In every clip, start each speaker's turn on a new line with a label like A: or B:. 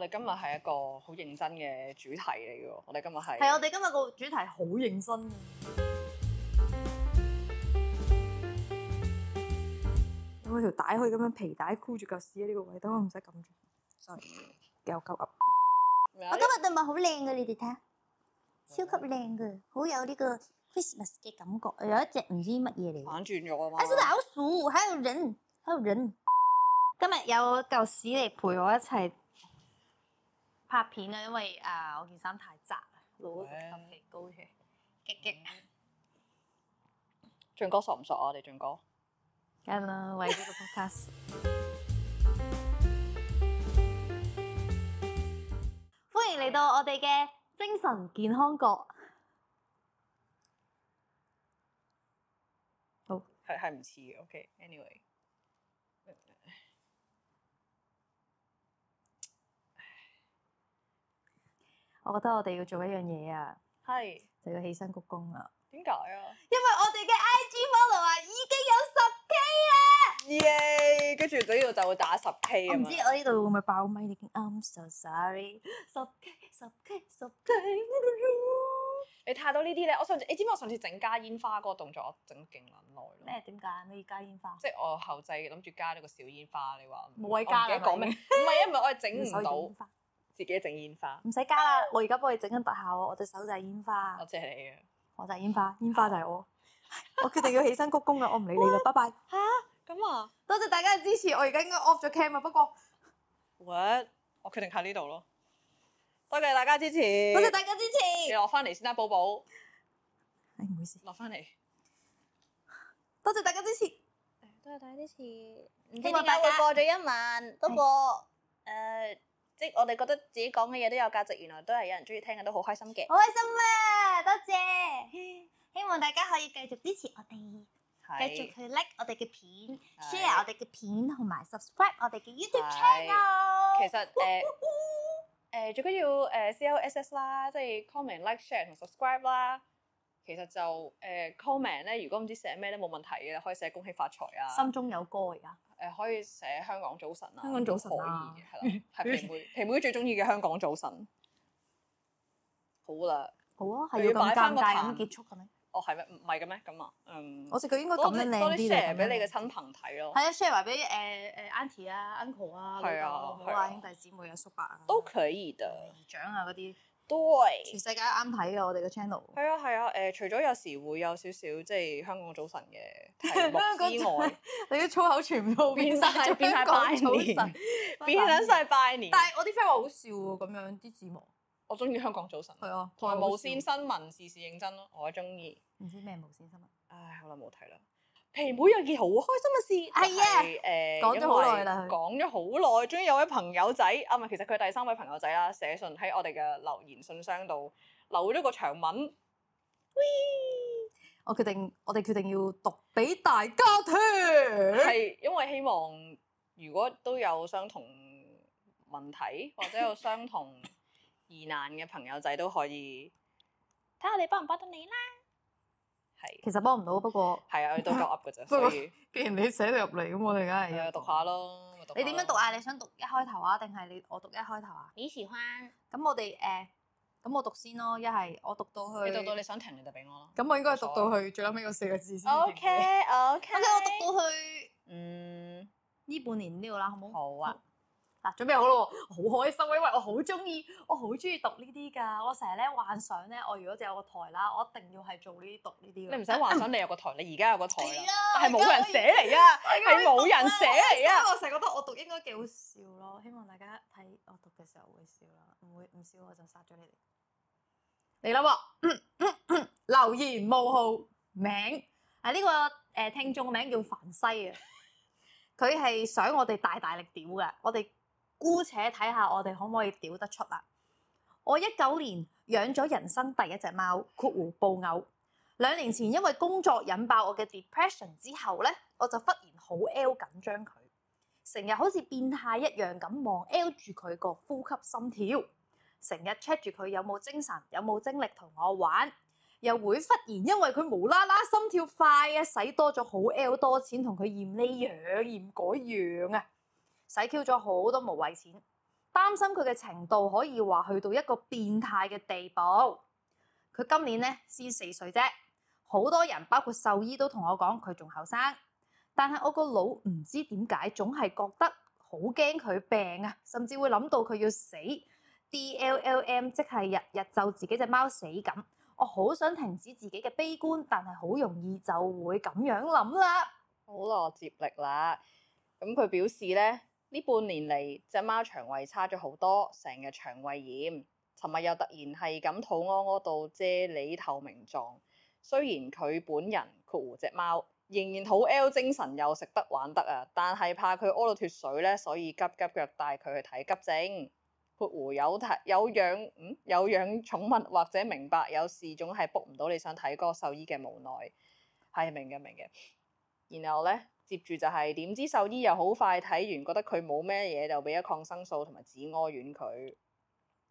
A: 哋今日係一個好認真嘅主題嚟嘅喎。我哋今日
B: 啊
A: 係
C: 係我哋啊今日個主題好認真啊！我條帶可以咁樣皮帶箍住嚿屎喺呢個位，等我唔使撳住。sorry，又鳩噏。
A: 咩啊
B: 我今日對襪好靚嘅，你哋睇下，超級靚嘅，好有呢個 Christmas 嘅感覺。有一隻唔知乜嘢嚟嘅，
A: 反轉咗啊嘛
C: 哎
B: 啊，
C: 哦
B: 是。老鼠，還有人，還有人。
C: 今日有嚿屎嚟陪我一齊拍片啊，因為啊我件衫太窄啦，攞
A: 喂
C: 嚿肥高出嚟，激激
A: 俊哥傻唔傻啊？我哋俊哥
C: 梗啦，為咗個 podcast。歡迎嚟到我哋嘅精神健康角。
A: 係係唔似嘅。OK，anyway，
C: 我覺得我哋要做一樣嘢啊，
A: 係
C: 就要起身鞠躬啦。
A: 點解啊？
C: 因為我哋嘅 IG follower 已經
A: 耶！跟住呢度就會打十 K
C: 有十 K 啦。我
A: 啊
C: 唔
A: 嘛。
C: 知我呢度會唔會爆咪，已經 I'm so sorry。十 K 十 K 十 K。
A: 你太多呢啲咧，我上次你知唔知我上次整加煙花嗰個動作，我整勁撚耐咯。
C: 咩？點解咩要加煙花？
A: 即係我後製諗住加咗個小煙花，你話
C: 冇位
A: 我
C: 加啦
A: 唔記得講咩？
C: 係咪
A: 唔係因為我係整
C: 手
A: 唔
C: 整煙
A: 到
C: 花
A: 自己整煙花，
C: 唔使加啦，我而家幫你整緊特效啊！我隻手就係煙花
A: 我，借你啊嘅。
C: 我就係煙花，煙花就係我。我決定要起身鞠躬啦，我唔理你啦，拜拜。
A: 咁啊
C: 多謝大家嘅支持，我而家應該 off 咗 cam 啊，不過
A: ，what？我決定喺呢度咯。多謝大家支持，
C: 多謝
A: 你
C: 大家支持。
A: 落翻嚟先啦，寶寶，
C: 唉，唔好意思，
A: 落翻嚟。
C: 多謝大家支持。
B: 多謝大家支持。唔
C: 知
A: 啊
C: 點解會過
B: 咗一萬，不過
A: 呃
B: 誒，即係我哋覺得自己講嘅嘢都有價值，原來都係有人中意聽嘅，都好開心嘅。
A: 哦
C: 好開心啊！多謝，希望大家可以繼續支持我哋，
A: 係
C: 繼續去 like 我哋嘅片
A: 係
C: ，share 我哋嘅片，同埋 subscribe 我哋嘅 YouTube
A: 係
C: channel。
A: 其實誒誒、最緊要呃誒、CLSS 啦，即係 comment、like、share 同 subscribe 啦。其實就誒、comment 咧，如果唔知寫咩咧冇問題嘅，可以寫恭喜發財啊，誒、
C: 心中有歌而家，
A: 呃可以寫香港早晨啊，
C: 香港早晨
A: 都
C: 啊
A: 可以嘅，係啦，係皮妹，皮妹最中意嘅香港早晨。好啦，
C: 好啊，
A: 又要
C: 係要咁
A: 擺返
C: 尷
A: 個
C: 尬
A: 棚
C: 咁結束嘅咩？
A: 哦係咩？唔係嘅咩？咁啊，嗯，
C: 我哋佢應該
A: 多
C: 咁
A: 啲
C: 樣
A: 多
C: 靚
A: 啲
C: 啲
A: share 俾
C: 咁樣
A: 你嘅
C: 靚
A: 親朋睇咯，
C: 係啊，share 埋俾誒誒 auntie 啊、uncle 啊、
A: 係啊
C: 老豆老母
A: 係啊
C: 啊、兄弟姊妹啊、叔伯啊，
A: 都可以的，
C: 姨丈啊嗰啲，
A: 對。
C: 全世界都啱睇嘅我哋嘅 channel。
A: 係啊係啊，誒、除咗有時會有少少即係香港早晨嘅題目之外，
C: 你啲粗口全部都變 晒，
A: 變晒
C: 香
A: 變晒拜
C: 港早晨
A: 年， 變緊晒拜年。
C: 但係我啲 friend 話好笑喎，咁樣啲字幕
A: 我中意香港早晨，
C: 係啊，
A: 同埋
C: 好
A: 無
C: 笑
A: 線新聞事事認真咯，我中意。
C: 唔知咩無線新聞，
A: 唉，好耐冇睇啦。皮妹有件好開心嘅事，
C: 係
A: 啊
C: 啊，
A: 誒
C: 講咗好耐啦
A: 因為
C: 佢
A: 講咗好耐，終於有位朋友仔啊，唔係，其實佢係第三位朋友仔啦，寫信喺我哋嘅留言信箱度留咗個長文，
C: 我決定我哋決定要讀俾大家聽。
A: 係因為希望如果都有相同問題或者有相同疑難嘅朋友仔都可以睇下你幫唔幫到你啦。係
C: 其實幫唔到，不過
A: 係啊，我哋都夠噏 嘅啫，所以
C: 既然你寫到入嚟，咁我哋梗係
A: 係啊，讀下。咯。咪
C: 你
A: 下
C: 點
A: 咯
C: 樣讀啊？？你想讀一開頭啊，定係你我讀一開頭啊？
B: 你喜歡？
C: 咁我哋誒，咁我讀先咯。一係我讀到去，
A: 你讀到你想停，你就俾我咯。
C: 咁我應該係讀到去最後尾嗰四個字先。
A: O K O K，
C: OK，我讀到去
A: 嗯，
C: 呢半年呢度嗯啦，好冇？
A: 好啊。
C: 嗱，準備好咯喎，好開心，啊因為我好中意，我好中意讀呢啲㗎。我成日咧幻想咧，我如果就有個台啦，我一定要係做呢啲讀呢啲
A: 你
C: 㗎。
A: 唔使幻想你有個台，你而家有個台
C: 係
A: 啦
C: 啊，
A: 但係冇人寫嚟啊，係冇人寫嚟啊。
C: 所以我成日覺得我讀應該幾好笑咯。希望大家睇我讀嘅時候會笑啦，唔會唔笑我就殺咗你哋。嚟啦嗯喎，留言冒號名啊！呢、個誒、呃、聽眾嘅名叫凡西啊，佢係想我哋大大力屌嘅，我哋姑且睇下我哋可唔可以屌得出啦。我一九年養咗人生第一隻貓，括弧布偶。兩年前因為工作引爆我嘅 depression 之後咧，我就忽然好 L 緊張佢，成日好似變態一樣咁望 L 住佢個呼吸心跳，成日 check 住佢有冇精神，有冇精力同我玩，又會忽然因為佢無啦啦心跳快啊，使多咗好 L 多錢同佢驗呢樣驗嗰樣啊，使 Q 咗好多無謂錢。擔心佢嘅程度可以話去到一個變態嘅地步。佢今年呢先四歲啫，好多人包括獸醫都同我講佢仲後生，但係我個腦唔知點解總係覺得好驚佢病啊，甚至會諗到佢要死。DLLM 即係日日就自己只貓死咁，我好想停止自己嘅悲觀，但係好容易就會咁樣諗啦。
A: 好啦，我接力啦。咁佢表示咧，呢半年嚟只貓腸胃差咗好多，成日腸胃炎。尋日又突然係咁肚屙屙到啫喱透明狀。雖然佢本人括弧只貓仍然好 L 精神，又食得玩得啊，但係怕佢屙到脱水咧，所以急急腳帶佢去睇急症。括弧有睇有養嗯有養寵物或者明白有時總係 book 唔到你想睇嗰個獸醫嘅無奈，係明嘅明嘅。然後咧，接住就係、點知獸醫又好快睇完，覺得佢冇咩嘢，就俾咗抗生素同埋止屙丸佢。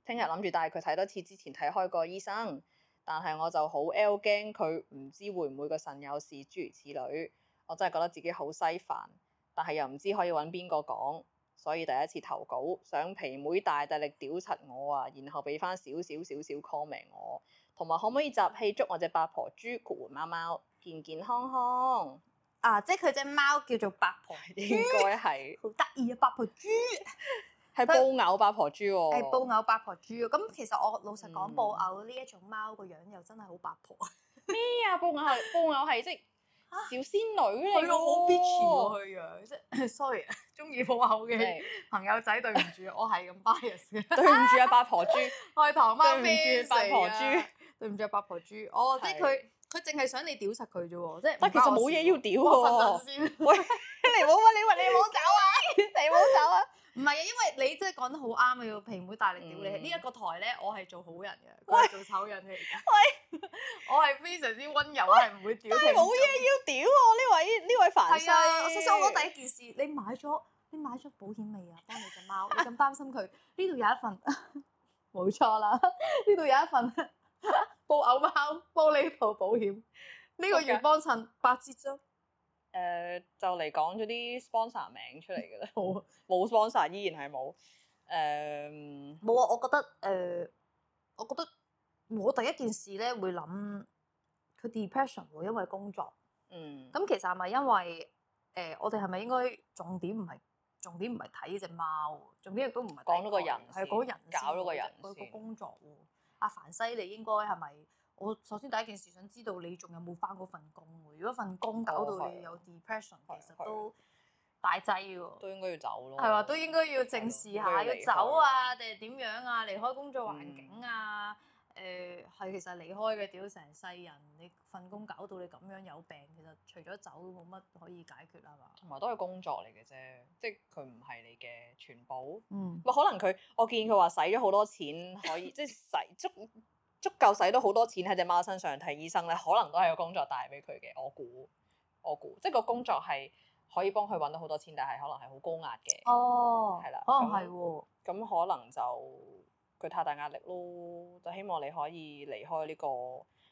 A: 聽日諗住帶佢睇多次之前睇開個醫生，但係我就好 L 驚佢唔知會唔會個腎有事諸如此類，我真係覺得自己好西煩，但係又唔知可以揾邊個講，所以第一次投稿想皮妹大大力屌柒我啊，然後俾翻少少少少 comment 我，同埋可唔可以集氣祝我只八婆豬括弧貓貓健健康康？
C: 啊，即係佢只貓叫做八婆
A: 應該係
C: 好得意啊！八婆豬
A: 係布偶八婆豬喎、
C: 係布偶八婆豬啊！咁其實我老實講，
A: 哦嗯
C: 布偶呢一種貓個樣又真係好八婆，
A: 咩啊？布偶係布偶係即係小仙女嚟
C: 咯，好
A: 啊咯
C: bitchy 喎佢樣，即係 sorry，中 意布偶嘅
A: 係
C: 朋 友仔對唔住，我係咁 bias 嘅，
A: 對唔住啊，八婆豬，
C: 我係糖貓
A: 對唔
C: fans
A: 住八婆豬
C: 嚟啊，對唔住八婆豬，哦，即係
A: 係
C: 佢佢淨係想你屌實佢啫喎，即係唔
A: 但其實
C: 關我
A: 冇
C: 事
A: 嘢要
C: 喎
A: 屌
C: 我實
A: 喎
C: 陣 先。
A: 喂，你唔好你話你唔好走啊，你唔好走啊！
C: 唔係啊，因為你真係講得好啱啊！要皮妹大力屌你，
A: 嗯
C: 呢一、個台咧，我係做好人嘅，佢係做醜人嚟嘅。我係非常之温柔，我係唔會 屌
A: 但
C: 你。
A: 係冇嘢要屌我呢位呢位凡西
C: 係啊，首先我覺得第一件事，你買咗你買咗保險未啊？幫你只 貓，你咁擔心佢，呢度有一份， 冇錯啦，呢度有一份 布偶貓玻璃套保險，呢、個月幫襯八折啫，
A: 誒就嚟講咗啲 sponsor 名出嚟㗎啦，
C: 好啊。
A: 冇 sponsor 依然係冇誒。
C: 冇啊！我覺得誒、呃我覺得我第一件事咧會諗佢 depression 會因為工作。
A: 嗯，
C: 咁其實係咪因為誒、呃我哋係咪應該重點唔係重點唔係睇只貓，重點亦都唔係
A: 講咗
C: 睇
A: 個
C: 佢
A: 人
C: 係
A: 先
C: 嗰人先
A: 搞咗個
C: 喎
A: 人
C: 佢
A: 先
C: 個工作喎。阿凡西，你應該係咪？我首先第一件事想知道你仲有冇翻嗰份工喎？如果份工搞
A: 哦
C: 到
A: 係
C: 你有 depression，
A: 係
C: 其實
A: 係
C: 都大劑喎。
A: 啊都應該要走咯。
C: 係話都應該要正視下，要走啊，定係點樣啊？離開工作環境啊？誒、係其實離開嘅，屌成世人，你份工搞到你咁樣有病，其實除咗走冇乜可以解決啦嘛。
A: 同埋都係工作嚟嘅啫，即係佢唔係你嘅全部。
C: 嗯，
A: 唔可能佢，我見佢話使咗好多錢，可以即係使足足夠使到好多錢喺只貓身上睇醫生咧，可能都係個工作帶俾佢嘅。我估，我估，即係個工作係可以幫佢揾到好多錢，但係可能係好高壓嘅。
C: 哦，
A: 係啦
C: 可能
A: 咁
C: 係喎。
A: 咁可能就佢太大壓力咯，就希望你可以離開呢個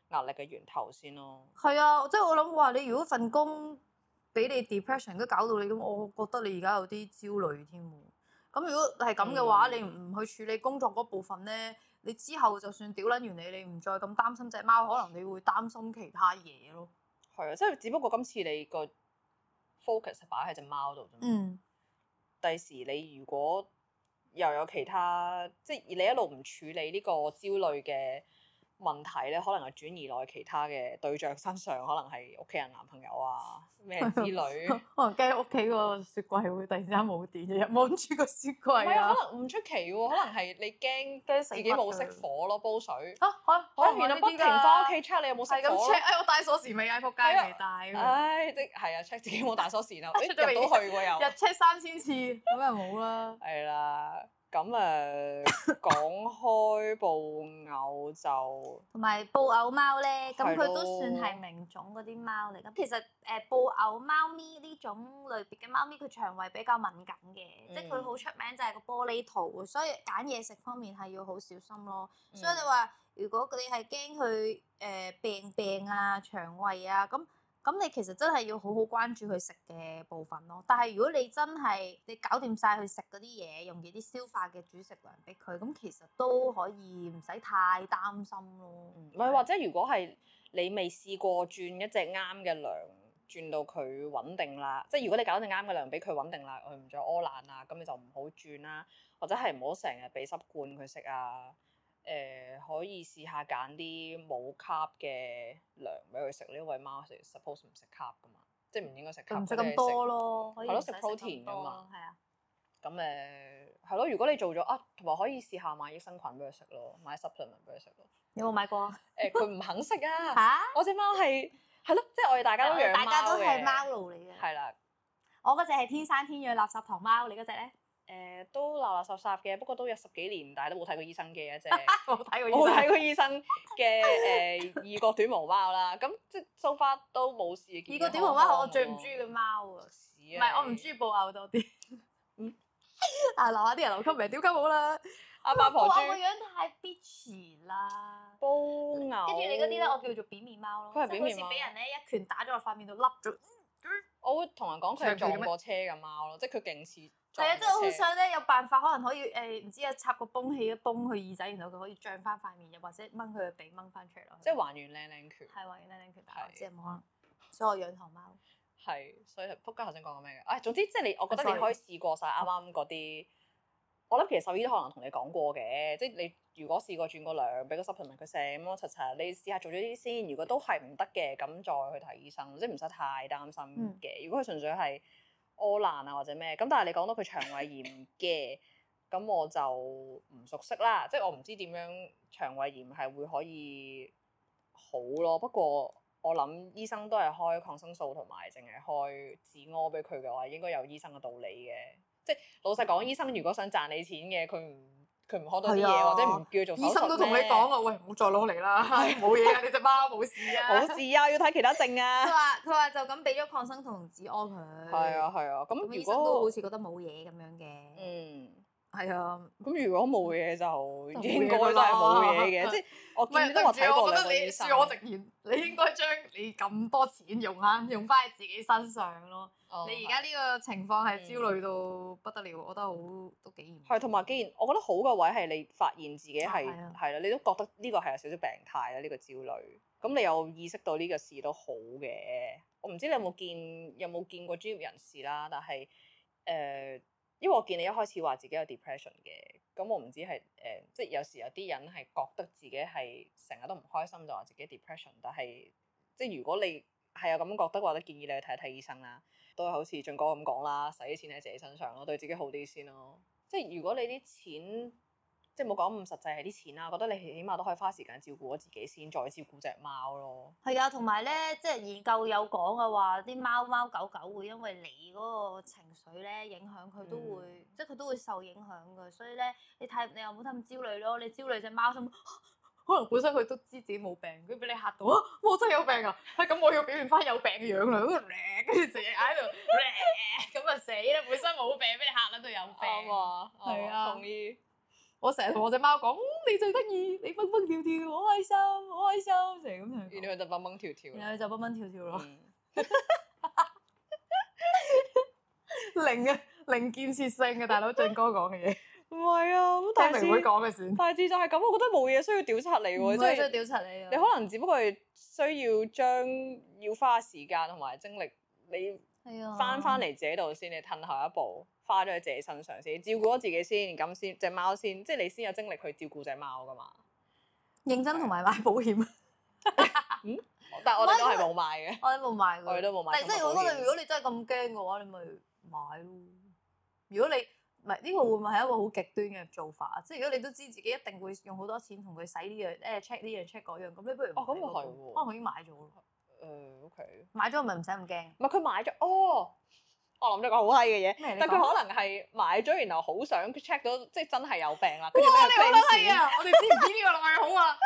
A: 壓力嘅源頭先咯。
C: 係啊，即係我諗話你如果份工俾你 depression 都搞到你咁，我覺得你而家有啲焦慮添喎。咁如果係咁嘅話，
A: 嗯
C: 你唔去處理工作嗰部分咧，你之後就算屌撚完你，你唔再咁擔心只貓，可能你會擔心其他嘢咯。
A: 係啊，即係只不過今次你個 focus 係擺喺只貓度啫嘛。
C: 嗯，
A: 第時你如果又有其他，即係你一路唔處理呢個焦慮嘅問題咧，可能係轉移落去其他嘅對象身上，可能係屋企人、男朋友啊咩 之類。唔
C: 可能驚屋企個雪櫃會突然之間冇電，日日望住個雪櫃
A: 係啊，
C: 啊。
A: 可能唔出奇喎，可能係你驚
C: 驚
A: 自
C: 死啊
A: 己冇
C: 筆
A: 熄火咯，煲水。
C: 啊，可
A: 可
C: 可
A: 能原
C: 能
A: 來不停翻屋企 check 你有冇
C: 係
A: 熄
C: 咁
A: 火咯
C: check，哎我帶鎖匙未啊？仆
A: 係啊
C: 街未帶，
A: 唉，即係啊，check 自己冇打鎖匙啦，咦
C: 出咗
A: 入到去喎
C: 日
A: 又。
C: check 三千次，咁又冇啦。
A: 係啦，咁誒講開布偶就。
B: 同埋布偶貓咧，咁
A: 係
B: 佢
A: 咯
B: 都算係名種嗰啲貓嚟。咁其實誒、呃布偶貓咪呢種類別嘅貓咪，佢腸胃比較敏感嘅，即係佢
A: 嗯
B: 好出名就係個玻璃肚，所以揀嘢食方面係要好小心咯。所以呃
A: 嗯
B: 你話如果你係驚佢誒病病啊、腸胃啊，咁咁你其實真係要好好關注佢食嘅部分咯。但係如果你真係你搞掂晒佢食嗰啲嘢，用啲消化嘅主食糧俾佢，咁其實都可以唔使太擔心咯。
A: 嗯唔係或者如果係你未試過轉一隻啱嘅糧，轉到佢穩定啦，即係如果你搞隻啱嘅糧俾佢穩定啦，佢唔再屙爛啦，咁你就唔好轉啦，或者係唔好成日俾濕罐佢食啊。誒、可以試下揀啲冇卡嘅糧俾佢食，呢為貓食 suppose 唔食卡噶嘛，即係唔應該食卡。
B: 佢唔食咁多咯，可以
A: 係咯
B: 唔使
A: 食 protein
B: 咁多
A: 㗎嘛
B: 係啊。
A: 咁誒係咯，如果你做咗啊，同埋可以試下買益生菌俾佢食咯，買 supplement 俾佢食咯。
B: 你有冇買過 啊？
A: 誒、佢唔肯食啊！
B: 嚇！
A: 我只貓係係咯，即係我哋大家都養
B: 大家都
A: 係
B: 係貓，奴嚟嘅。
A: 係啦。
B: 我嗰只係天生天養垃圾糖貓，你嗰只咧？
A: 誒、都垃垃圾圾嘅，不過都有十幾年，但係都冇睇過醫生 嘅一隻。
B: 我睇
A: 我
B: 過
A: 冇睇
B: 醫
A: 過醫生嘅誒異國短毛貓啦，咁即係 so far 都冇事嘅。
B: 生。二個短毛貓係我最唔中意嘅貓啊！
A: 屎
B: 唔
A: 啊！
B: 係，我唔中
A: 意。
B: 意布偶多啲
A: 嗯。
B: 啊！樓下啲人留級名屌鳩我啦！
A: 阿八
B: 布偶
A: 婆
B: 個
A: 豬
B: 樣太 bitch 啦。
A: 煲牛。
B: 跟住你嗰啲咧，我叫做扁面貓咯。
A: 佢
B: 即
A: 係扁
B: 好
A: 面
B: 似
A: 貓
B: 俾人咧一拳打咗落塊面度凹咗。
A: 我會同人講佢係
C: 長期嘅咩
A: 撞過車嘅貓咯，即係佢勁似撞
B: 係啊，
A: 過車。
B: 即係我好想咧有辦法，可能可以誒唔知啊插個泵氣一泵佢耳仔，然後佢可以漲翻塊面，又或者掹佢嘅鼻掹翻出嚟咯。
A: 即係還原靚靚拳。
B: 係話要靚靚拳打，
A: 係
B: 我知係冇可能。所以我養糖貓。
A: 係，所以係仆街頭先講過咩嘅？唉、總之即係你，我覺得
B: Sorry
A: 你可以試過晒啱啱嗰啲。我諗其實獸醫都可能同你講過嘅，即係你如果試過轉個糧，俾個 supplement 佢食咁咯，柒柒，你試下做咗呢啲先。如果都係唔得嘅，咁再去睇醫生，即係唔使太擔心
B: 嗯
A: 嘅。如果佢純粹係屙爛啊或者咩，咁但係你講到佢腸胃炎嘅，咁我就唔熟悉啦。即係我唔知點樣腸胃炎係會可以好咯。不過我諗醫生都係開抗生素同埋淨係開止屙俾佢嘅話，應該有醫生嘅道理嘅。即係老實講，醫生如果想賺你錢嘅，佢唔佢唔開多啲嘢，
C: 係啊
A: 或者唔叫做手術
C: 醫生都同你
A: 咩
C: 講啊，喂，唔好再攞嚟 啦，冇嘢啊，你只貓冇事啊。
A: 冇事啊，要睇其他症啊
B: 佢。話佢話就咁俾咗抗生素同止屙佢。
A: 係啊。係啊，
B: 咁
A: 咁
B: 醫
A: 如
B: 生都好
A: 果
B: 似覺得冇嘢咁樣嘅。
A: 嗯。
C: 係啊，
A: 咁如果冇嘢就
C: 就冇嘢
A: 應該都係冇嘢嘅，即係我
C: 唔係
A: 見
C: 對
A: 都
C: 唔
A: 話
C: 住，
A: 睇過
C: 我覺
A: 兩
C: 得
A: 個醫
C: 你
A: 生
C: 恕。我直言，你應該將你咁多錢用啊，用翻喺自己身上咯。
A: 哦
C: 你而家呢個情況係
A: 嗯
C: 焦慮到不得了，我覺得好都幾嚴重。
A: 係，同埋既然我覺得好嘅位係你發現自己係
C: 嗯啊
A: 係啦，你都覺得呢個係有少少病態啊啦，呢個焦慮。咁你有意識到呢個事都好嘅。我唔知你有冇見有冇見過專業人士啦，但係誒、呃因為我見你一開始話自己有 depression 嘅，咁我唔知係誒、呃即係有時有啲人係覺得自己係成日都唔開心，就話自己 depression，但係即係如果你係有咁覺得嘅話，都建議你去睇一睇醫生啦。都係好似俊哥咁講啦，使啲錢喺自己身上咯，對自己好啲先咯。即係如果你啲錢，即係冇講咁實際係啲錢啦，我覺得你起碼都可以花時間照顧咗自己先，再照顧只貓咯。
B: 係啊，同埋咧，即係研究有講嘅話，啲貓貓狗狗會因為你嗰個情緒咧影響佢都會，
A: 嗯
B: 即係佢都會受影響嘅。所以咧，你睇你又冇睇咁焦慮咯，你焦慮只貓心。
C: 啊可能本身佢都知自己冇病，跟住俾你嚇到啊！我真係有病啊！係咁，我要表現翻有病嘅樣啦，跟住成日喺度咁啊死啦！本身冇病，俾你嚇撚到有病。
A: 啊，
C: 係啊
A: 同意。
C: 我成日同我只貓講、嗯你最得意，你蹦蹦跳跳，好開心，好開心，成日咁樣
A: 原來
C: 講。
A: 佢就蹦蹦跳跳啦。
C: 然後佢就蹦蹦跳跳咯，
A: 嗯
C: 零啊零建設性嘅大佬俊哥講 嘅嘢，
A: 唔係啊，咁
C: 聽
A: 大
C: 明會
A: 致
C: 講嘅先。
A: 大致就係咁，我覺得冇嘢需要調查你
B: 唔
A: 喎，即
B: 係
A: 係
B: 真係屌柒你啊！
A: 你可能只不過係需要將要花時間同埋精力，你
B: 係
C: 哦
B: 啊，
A: 翻翻嚟自己度先，你褪後一步，花咗喺自己身上先，照顧咗自己先，咁先只貓先，即係你先有精力去照顧只貓噶嘛。
B: 認真同埋買保險，
A: 但係我哋都係冇買嘅，
B: 我都冇買
A: 我哋
B: 過。
A: 都冇買
B: 但係
A: 寵物保險。
B: 即係我覺得，如果你真係咁驚嘅話，你咪買咯。如果你唔係呢個會唔會係一個好極端嘅做法啊？即係如果你都知自己一定會用好多錢同佢使呢樣誒 check 呢樣 check 嗰樣，咁你不如
A: 哦咁又
B: 買嗰個
A: 係喎
B: 可能佢已經買咗咯，
A: 誒 OK，
B: 買咗咪唔使咁驚。
A: 唔係佢買咗哦，我諗咗個好閪嘅嘢，
B: 咩你
A: 但佢
B: 講？
A: 可能係買咗，然後好想 check 到即係真係有病啦。跟住俾佢 claim
C: 係
A: 錢
C: 啊！我哋知唔知呢個內 好啊？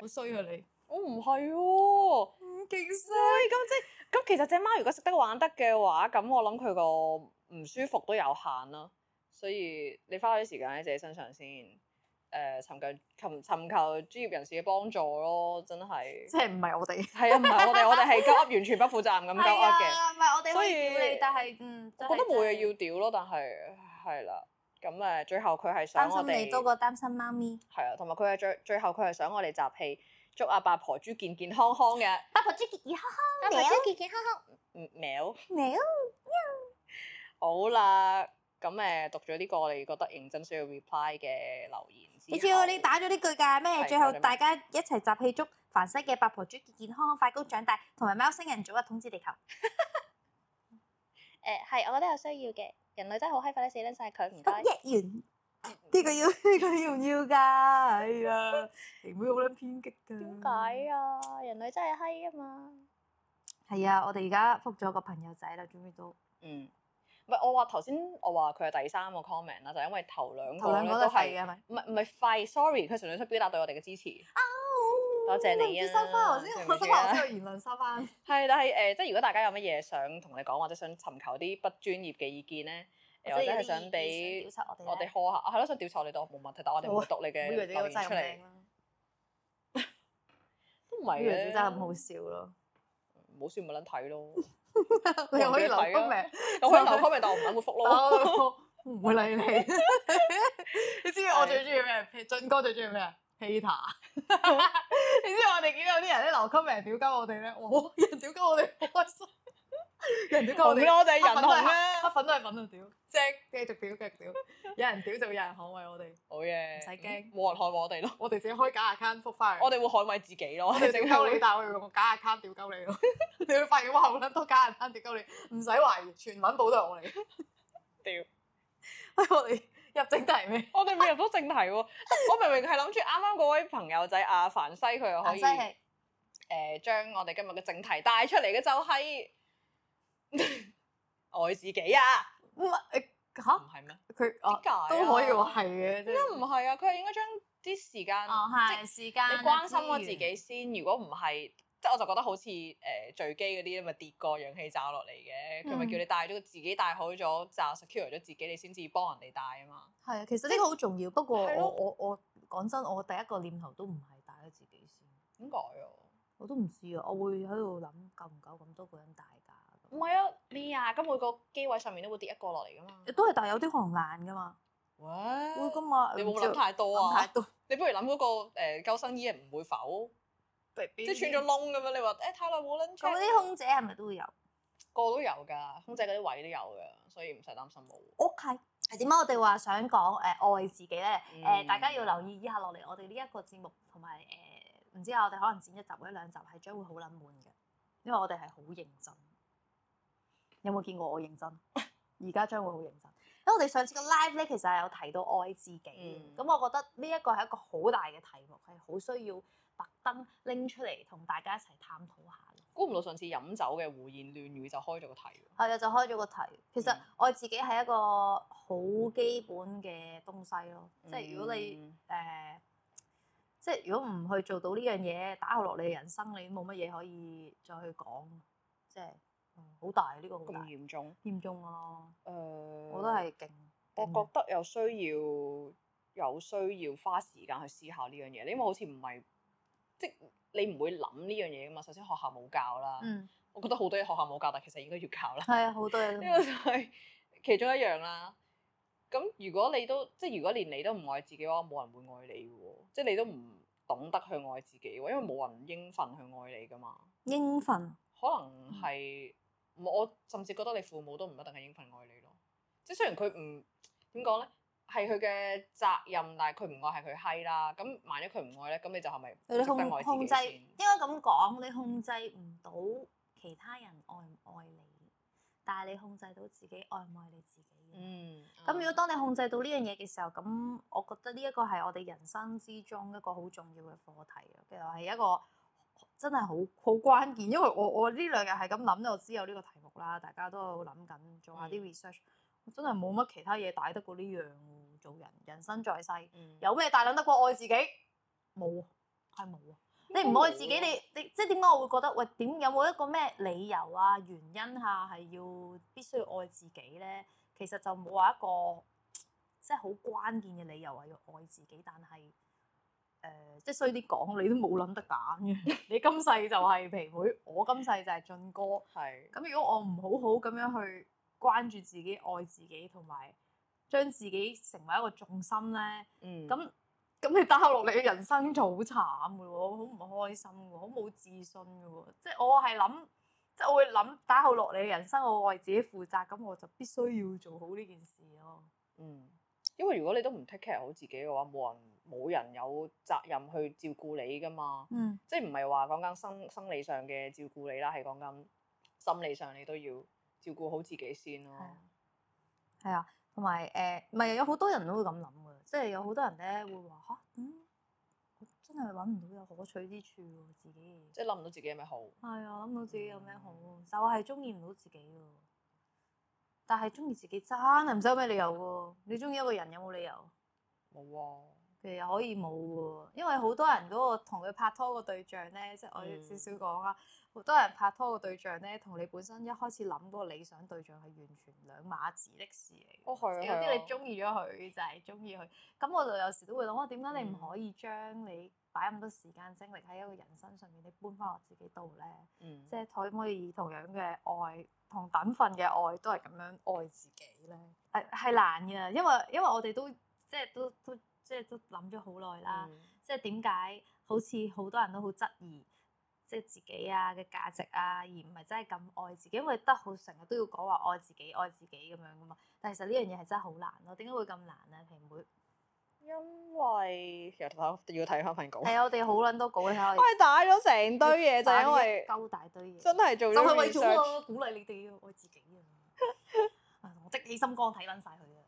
C: 好衰啊你！
A: 我哦唔係喎。
B: 嗯
C: 勁衰！
A: 喂，咁即係咁，其實只貓如果識得玩得嘅話，咁我諗佢個唔舒服都有限啦。所以你花啲時間喺自己身上先，誒尋求尋尋求專業人士嘅幫助咯，真係
D: 即係唔係我哋？
A: 係啊，唔係我哋我哋 係鳩噏完全不負責任咁鳩
C: 係
A: 噏
C: 啊，
A: 嘅，
C: 唔係我哋
A: 所
C: 可
A: 以
C: 以屌你，但係嗯，
A: 我
C: 真係
A: 覺得冇嘢要屌咯，但係係啦，咁誒最後佢係想我
C: 擔心
A: 哋
C: 你多過擔心媽咪。
A: 係啊，同埋佢係最最後佢係想我哋集氣，祝阿八婆豬健健康康嘅，
C: 八婆豬健健康康，
A: 八婆
C: 喵健健康康，
A: 嗯喵。
C: 喵。
A: 好啦，咁誒讀咗呢個我哋覺得認真需要 reply 嘅留言之後，
C: 你知道你打咗呢句㗎咩？
A: 係
C: 最後
A: 講咗咩
C: 大家一齊集氣祝凡西嘅八婆豬健健康康、快高長大，同埋貓星人早日統治地球。
A: 誒係，我覺得有需要嘅，人類真係好閪快啲死撚晒佢，唔
C: 咁日元
D: 呢 個要呢個要唔要㗎？哎呀，妹妹好撚偏激㗎。
A: 點解？啊？人類真係閪啊嘛！
D: 係啊，我哋而家覆咗個朋友仔啦，終於都
A: 嗯，唔係我話頭先，我話佢係第三個 comment 啦，就係因為頭兩
D: 頭
A: 個
D: 兩
A: 咧
D: 個
A: 都
D: 都係啊
A: 係
D: 嘅，係咪？
A: 唔係唔係廢，sorry，佢純粹想表達對我哋嘅支持，多謝你啊
D: 收翻頭先，我收翻頭先個言論收翻。
A: 係，但係誒、即係如果大家有乜嘢想同你講，或者想尋求啲不專業嘅意見咧，誒或者係想俾我哋呵下，啊係咯，想調查你都冇問題，但係我哋唔會讀你嘅
D: 我啊以為自己
A: 留
D: 真
A: 言
D: 係
A: 出
D: 咁
A: 嚟
D: 靚，啦，
A: 都唔
D: 我
A: 係啊
D: 以為自己真係
A: 嘅，
D: 咁好笑 咯。
A: 唔好笑冇撚睇咯，
D: 你又可以留
A: 我唔俾你睇啊
D: comment，
A: 我可以留 comment，但我唔撚會覆咯。
D: 我唔會理你。 你知唔知我最中意咩？俊哥最中意咩？hater。你知我哋見到有啲人咧留 comment 屌鳩我哋咧，哇！人屌鳩我哋好開心，人屌鳩我哋。
A: 紅
D: 黑
A: 啦，我哋係人
D: 粉都
A: 紅
D: 係
A: 啦
D: 黑，黑粉都係粉啊！屌，即係繼續屌，繼續屌，有人屌就有人捍衞我哋，
A: 好嘢，
D: 唔使驚
A: 冇人害我哋咯，
D: 我哋自己開假 account 覆翻
A: 我哋會捍衞自己咯，我
D: 我哋屌
A: 哋整
D: 鳩你，
A: 會。
D: 但係我哋用個假 account 屌鳩你 咯。你會發現哇，好撚多假 account 屌鳩你，唔使懷疑，全文簿都係我嚟。
A: 屌！
D: 喂，我哋入正題咩？
A: 我哋未入到正題喎，我明明係諗住啱啱嗰位朋友仔阿凡西佢又可以誒、將我哋今日嘅正題帶出嚟嘅就係 愛自己啊，
D: 唔係誒
A: 唔
D: 嚇，
A: 係咩？
D: 佢
A: 點
D: 哦
A: 解啊
D: 都可以話係嘅，即
A: 點解唔
D: 係
A: 係啊？佢係應該將啲時間、
D: Ờ,
C: 哦，
A: 即
C: 係時間啊
A: 你關心我
C: 資
A: 自
C: 源
A: 己先。如果唔係，即係我就覺得好似誒、墜機嗰啲咪跌個氧氣罩落嚟嘅，佢咪、
D: 嗯
A: 叫你帶咗個自己帶好咗罩，secure 咗自己，你先至幫人哋帶啊嘛。
D: 係啊，其實呢個好重要。不過
A: 係咯
D: 我我我講真，我第一個念頭都唔係打咗自己先。
A: 點解啊？
D: 我都唔知啊，我會喺度諗夠唔夠咁多個人大㗎。
A: 唔係啊，咩啊？咁每個機位上面都會跌一個落嚟噶嘛。
D: 都係，但係有啲可能爛㗎嘛，
A: 哇！
D: 會㗎嘛。
A: 你
D: 唔
A: 冇
D: 知
A: 諗太多
D: 諗太
A: 啊！
D: 多，
A: 你不如諗嗰、個誒救生衣係唔會浮，
D: 即
A: 即係穿咗窿咁樣。你話誒太耐冇撚 check
C: 咁啲空姐係咪都會有
A: 個都有㗎，空姐嗰啲位都有㗎，所以唔使擔心冇。
C: ？OK。係點解我哋話想講誒、愛自己咧？誒、
A: 嗯
C: 大家要留意以下落嚟，我哋呢一個節目同埋誒，唔、知啊，我哋可能剪一集或者兩集係將會好撚悶嘅，因為我哋係好認真。有冇見過我認真？ 而家將會好認真，因為我哋上次個 live 咧，其實係有提到愛自己
A: 嗯
C: 嘅。咁、我覺得呢一個係一個好大嘅題目，係好需要特登拎出嚟同大家一齊探討下嘅。
A: 估唔到上次飲酒嘅胡言亂語就開咗個題喎。
C: 係啊，就開咗個題。其實
A: 嗯
C: 愛自己係一個好基本嘅東西咯，即係如果你誒、
A: 嗯
C: 即係如果唔去做到呢樣嘢，打後落你嘅人生，你冇乜嘢可以再去講，即係嗯好大呢、個好
A: 咁嗯
C: 大
A: 嚴重，
C: 嚴重咯，
A: 誒、
C: 我都，係勁。
A: 我
C: 勁
A: 覺得有需要有需要花時間去思考呢樣嘢，因為好似唔係即你唔會諗呢樣嘢噶嘛。首先學校冇教啦，
C: 嗯
A: 我覺得好多嘢學校冇教，但其實應該要教啦。
C: 係啊，好多嘢都
A: 呢個就係其中一樣啦。咁如果你都即係如果連你都唔愛自己嘅話，冇人會愛你嘅喎。即係你都唔懂得去愛自己嘅喎，因為冇人應份去愛你噶嘛。
C: 應份
A: 可能係唔我甚至覺得你父母都唔一定係應份愛你咯。即係雖然佢唔點講咧，係佢嘅責任，但係佢唔愛係佢閪啦。咁萬一佢唔愛咧，咁你就係咪唔
C: 你
A: 識
C: 控
A: 得愛自
C: 控
A: 己
C: 制，
A: 先
C: 應？該咁講，你控制唔到其他人愛唔愛你，但係你控制到自己愛唔愛你自己嘅。
A: 嗯，
C: 咁如
A: 嗯
C: 果當你控制到呢樣嘢嘅時候，咁我覺得呢一個係我哋人生之中一個好重要嘅課題咯，其實係一個真係好好關鍵，因為我我呢兩日係咁諗，我知有呢個題目啦，大家都有諗緊做下啲
A: 嗯
C: research，我真係冇乜其他嘢大得過呢樣喎，做人人生在世
A: 嗯
C: 有咩大諗得過愛自己？冇啊，係冇啊！你唔愛自己，
A: 應該冇啊
C: 你你即係點解我會覺得喂點有冇一個咩理由啊原因下係要必須要愛自己咧？其實就冇話一個即係好關鍵嘅理由係要愛自己，但係誒、呃即係衰啲講，你都冇諗得揀嘅。 你今世就係皮妹，我今世就係俊哥。
A: 係
C: 咁如果我唔好好咁樣去關注自己、愛自己，同埋將自己成為一個重心咧，
A: 嗯
C: 咁咁你打落嚟嘅人生就好慘嘅喎，好唔開心嘅喎，好冇自信嘅喎。即係我係諗，即係我會諗打後落嚟嘅人生，我為自己負責，咁我就必須要做好呢件事咯。
A: 嗯，因為如果你都唔 take care 好自己嘅話，冇人冇人有責任去照顧你噶嘛。
C: 嗯，
A: 即係唔係話講緊生生理上嘅照顧你啦，係講緊心理上你都要照顧好自己先咯
C: 係。啊，係啊，同埋誒，唔係有好多人都會咁諗嘅，即係有好多人咧會話吓，嗯，我真係揾唔到有可取之處喎，自己嘅嘢
A: 即係諗唔到自己有咩好。
C: 係啊，諗到自己有咩好，啊就係中意唔到自己喎。但係中意自己真係唔使有咩理由喎。你中意一個人有冇理由？
A: 冇喎、
C: 其實可以冇喎，因為好多人嗰個同佢拍拖個對象咧，即係我
A: 嗯
C: 少少講啦。好多人拍拖個對象咧，同你本身一開始諗嗰個理想對象係完全兩碼子的事嚟嘅。
A: 哦係啊
C: 有
A: 係啊
C: 啲你中意咗佢就係中意佢，咁我就有時都會諗，我點解你唔
A: 嗯
C: 可以將你擺咁多時間精力喺一個人身上面，你搬翻落自己度咧？
A: 嗯，
C: 即係可唔可以以同樣嘅愛，同等份嘅愛都係咁樣愛自己咧？誒係難嘅，因為因為我哋都即係都都即係都諗咗好耐啦。
A: 嗯
C: 即係點解好似好多人都好質疑即係自己啊嘅價值啊，而唔係真係咁愛自己，因為得好成日都要講話愛自己、愛自己咁樣噶嘛。但係其實呢樣嘢係真係好難咯。點解會咁難咧？平妹
A: 因為又睇要睇翻份稿，
C: 係啊我哋好撚多稿你睇
A: 我
C: 我哋
A: 係打咗成堆嘢，就
C: 打
A: 因
C: 咗一
A: 為
C: 鳩大堆嘢。
A: 真係做
C: 就係
A: 咗
C: 為
A: research
C: 咗我鼓勵你哋要愛自己啊！啊我的起心肝睇撚晒佢啊！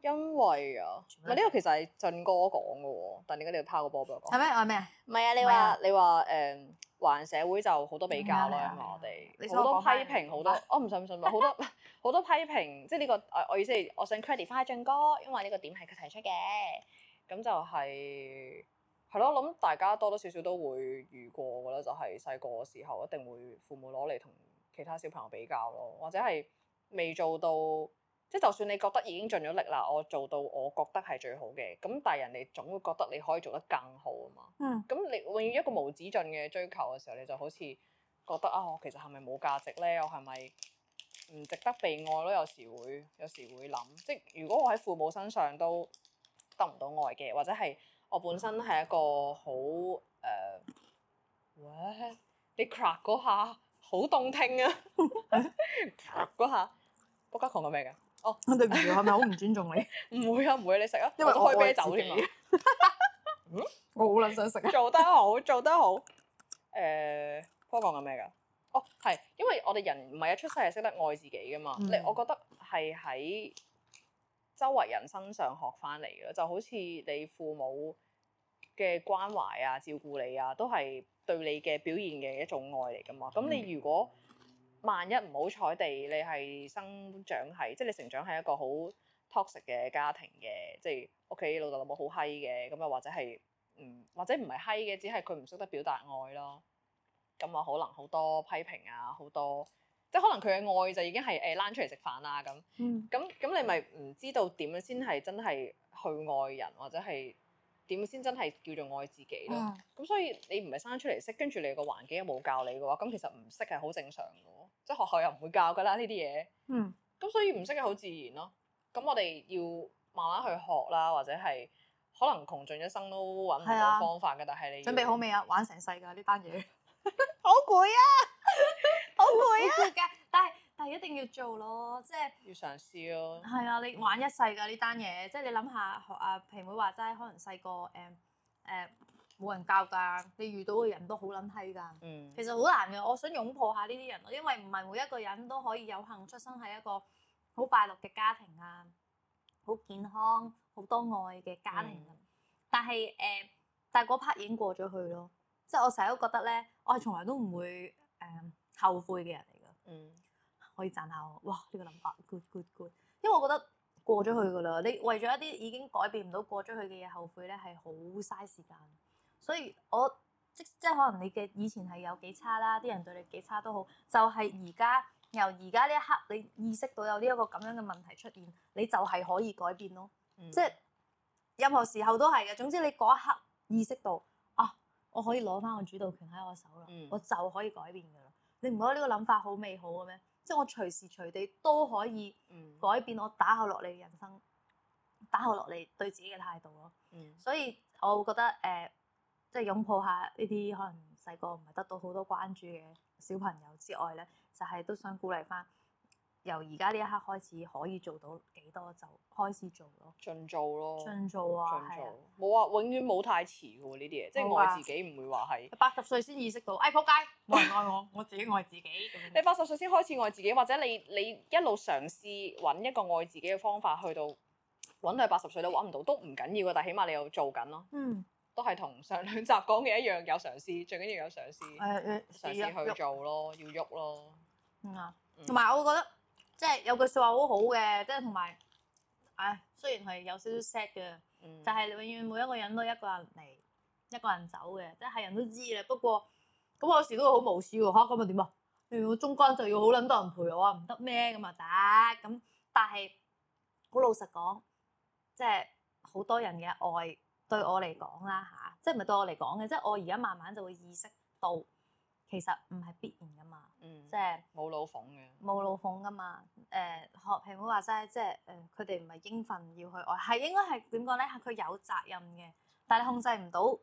A: 因為啊，
C: 全
A: 唔
C: 部
A: 係
C: 都係
A: 呢個其實係俊哥講嘅喎，但點解你要拋個波俾我講？
C: 咩？我係咩啊？
A: 唔係啊，你
C: 唔係啊
A: 話你話誒，華人社會就好多比較
C: 係啊係啊
A: 啦，
C: 係啊
A: 因為我哋
C: 你想我
A: 好多
C: 講
A: 批
C: 翻
A: 評，
C: 你
A: 好
C: 講
A: 多哦我唔信唔信，好多 好多批評，即係呢個我我意思係，我想 credit 翻俊哥，因為呢個點係佢提出嘅，咁就係係咯，我諗大家多多少少都會遇過㗎啦，就係細個嘅時候一定會父母攞嚟同其他小朋友比較咯，或者係未做到。即係就算你覺得已經盡咗力啦，我做到我覺得係最好嘅，咁但係人哋總會覺得你可以做得更好啊嘛。
C: 嗯，
A: 咁你永遠一個無止盡嘅追求嘅時候，你就好似覺得啊，我其實係咪冇價值咧？我係咪唔值得被愛咯？有時會，有時會諗，即係如果我喺父母身上都得唔到愛嘅，或者係我本身係一個好誒，哇、你 crack 嗰下好動聽啊 crack 嗰下，仆街講緊咩㗎？
C: 對唔住，係咪好唔尊重你？
A: 唔會啊，唔會，你食啊，
E: 因為
A: 我都
E: 我
A: 開
E: 愛
A: 啤
E: 自
A: 酒添啊
E: 己。我好撚想食啊！
A: 做得好，做得好。誒、科講緊咩㗎？哦，係，因為我哋人唔係一出世係識得愛自己噶嘛。
C: 嗯
A: 你、我覺得係喺周圍人身上學翻嚟嘅，就好似你父母嘅關懷啊、照顧你啊，都係對你嘅表現嘅一種愛嚟噶嘛。咁你如果萬一唔好彩地，你係生長喺，即係你成長喺一個好 toxic 嘅家庭嘅，即係屋企老豆老母好閪嘅，咁又或者係嗯，或者唔係閪嘅，只係佢唔識得表達愛咯。咁啊，可能好多批評啊，好多即係可能佢嘅愛就已經係誒躝出嚟食飯啦咁。
C: 嗯，
A: 咁咁你咪唔知道點樣先係真係去愛人，或者係點先真係叫做愛自己咯。
C: 嗯
A: 咁所以你唔係生出嚟識，跟住你個環境又冇教你嘅話，咁其實唔識係好正常嘅喎，即係學校又唔會教㗎啦呢啲嘢。
C: 嗯，
A: 咁所以唔識係好自然咯。咁我哋要慢慢去學啦，或者係可能窮盡一生都揾唔
C: 係啊
A: 到方法嘅，但係你要
C: 準備好？未啊？玩成世㗎呢單嘢，
A: 好攰啊！ 好攰啊！
C: 好攰㗎，但係但係一定要做咯，即係
A: 要嘗試咯。
C: 係啊！你玩一世㗎呢單嘢，即係你諗下，學阿皮妹話齋，可能細個誒誒冇人教㗎，你遇到嘅人都好撚閪㗎。
A: 嗯，
C: 其實好難嘅，我想擁抱下呢啲人咯，因為唔係每一個人都可以有幸出生喺一個好快樂嘅家庭啊，好健康、好多愛嘅家庭啊。但係誒、呃但係嗰 part 已經過咗去咯，即係我成日都覺得咧，我係從來都唔會誒、呃、後悔嘅人嚟㗎。
A: 嗯
C: 可以讚下我，哇！呢、個諗法 good good good，因為我覺得過咗去噶啦，你為咗一啲已經改變唔到過咗去嘅嘢後悔咧，係好嘥時間。所以我即即係可能你嘅以前係有幾差啦，啲人對你幾差都好，就係而家由而家呢一刻，你意識到有呢一個咁樣嘅問題出現，你就係可以改變咯。
A: 嗯
C: 即係任何時候都係嘅。總之你嗰一刻意識到啊，我可以攞翻我主導權喺我手啦，
A: 嗯
C: 我就可以改變噶啦。你唔覺得呢個諗法好美好嘅咩？即係我隨時隨地都可以
A: 嗯
C: 改變我打後落嚟嘅人生，打後落嚟對自己嘅態度咯。
A: 嗯
C: 所以我會覺得誒、呃即係擁抱下呢啲可能細個唔係得到好多關注嘅小朋友之外咧，就係、都想鼓勵翻，由而家呢一刻開始可以做到幾多就開始做咯，
A: 盡做咯，
C: 盡做啊，
A: 盡
C: 係啊，
A: 做，冇啊，永遠冇太遲嘅喎呢啲嘢，即係
C: 冇啊嗯
A: 我自己唔會話係。
C: 八十歲先意識到，哎仆街，冇人愛我， 我自己愛自己咁
A: 你
C: 樣。
A: 八十歲先開始愛自己，或者你你一路嘗試揾一個愛自己嘅方法，去到揾到八十歲都揾唔到，都唔緊要嘅。但起碼你有做緊咯，
C: 嗯，
A: 都係同上兩集講嘅一樣，有嘗試，最緊要有嘗試，
C: 誒啊
A: 嘗試去做咯，要喐咯。
C: 嗯啊，
A: 嗯
C: 同埋我會覺得即係有句説話好好嘅，即係同埋，唉，雖然係有少少 sad 嘅。
A: 嗯
C: 就係永遠每一個人都一個人嚟，一個人走嘅，即係人都知啦。不過咁我有時都會好無視喎，嚇咁啊點啊？你要中間就要好撚多人陪我啊，唔得咩咁啊得咁，但係好老實講，即係好多人嘅愛對我嚟講啦吓，即係唔係對我嚟講嘅，即係我而家慢慢就會意識到，其實唔係必然噶嘛，
A: 嗯
C: 即係。
A: 冇老馮嘅，
C: 冇老奉噶嘛，誒、學評會話齋，即係誒佢哋唔係應份要去愛，係應該係點講咧？係佢有責任嘅，但係你控制唔到，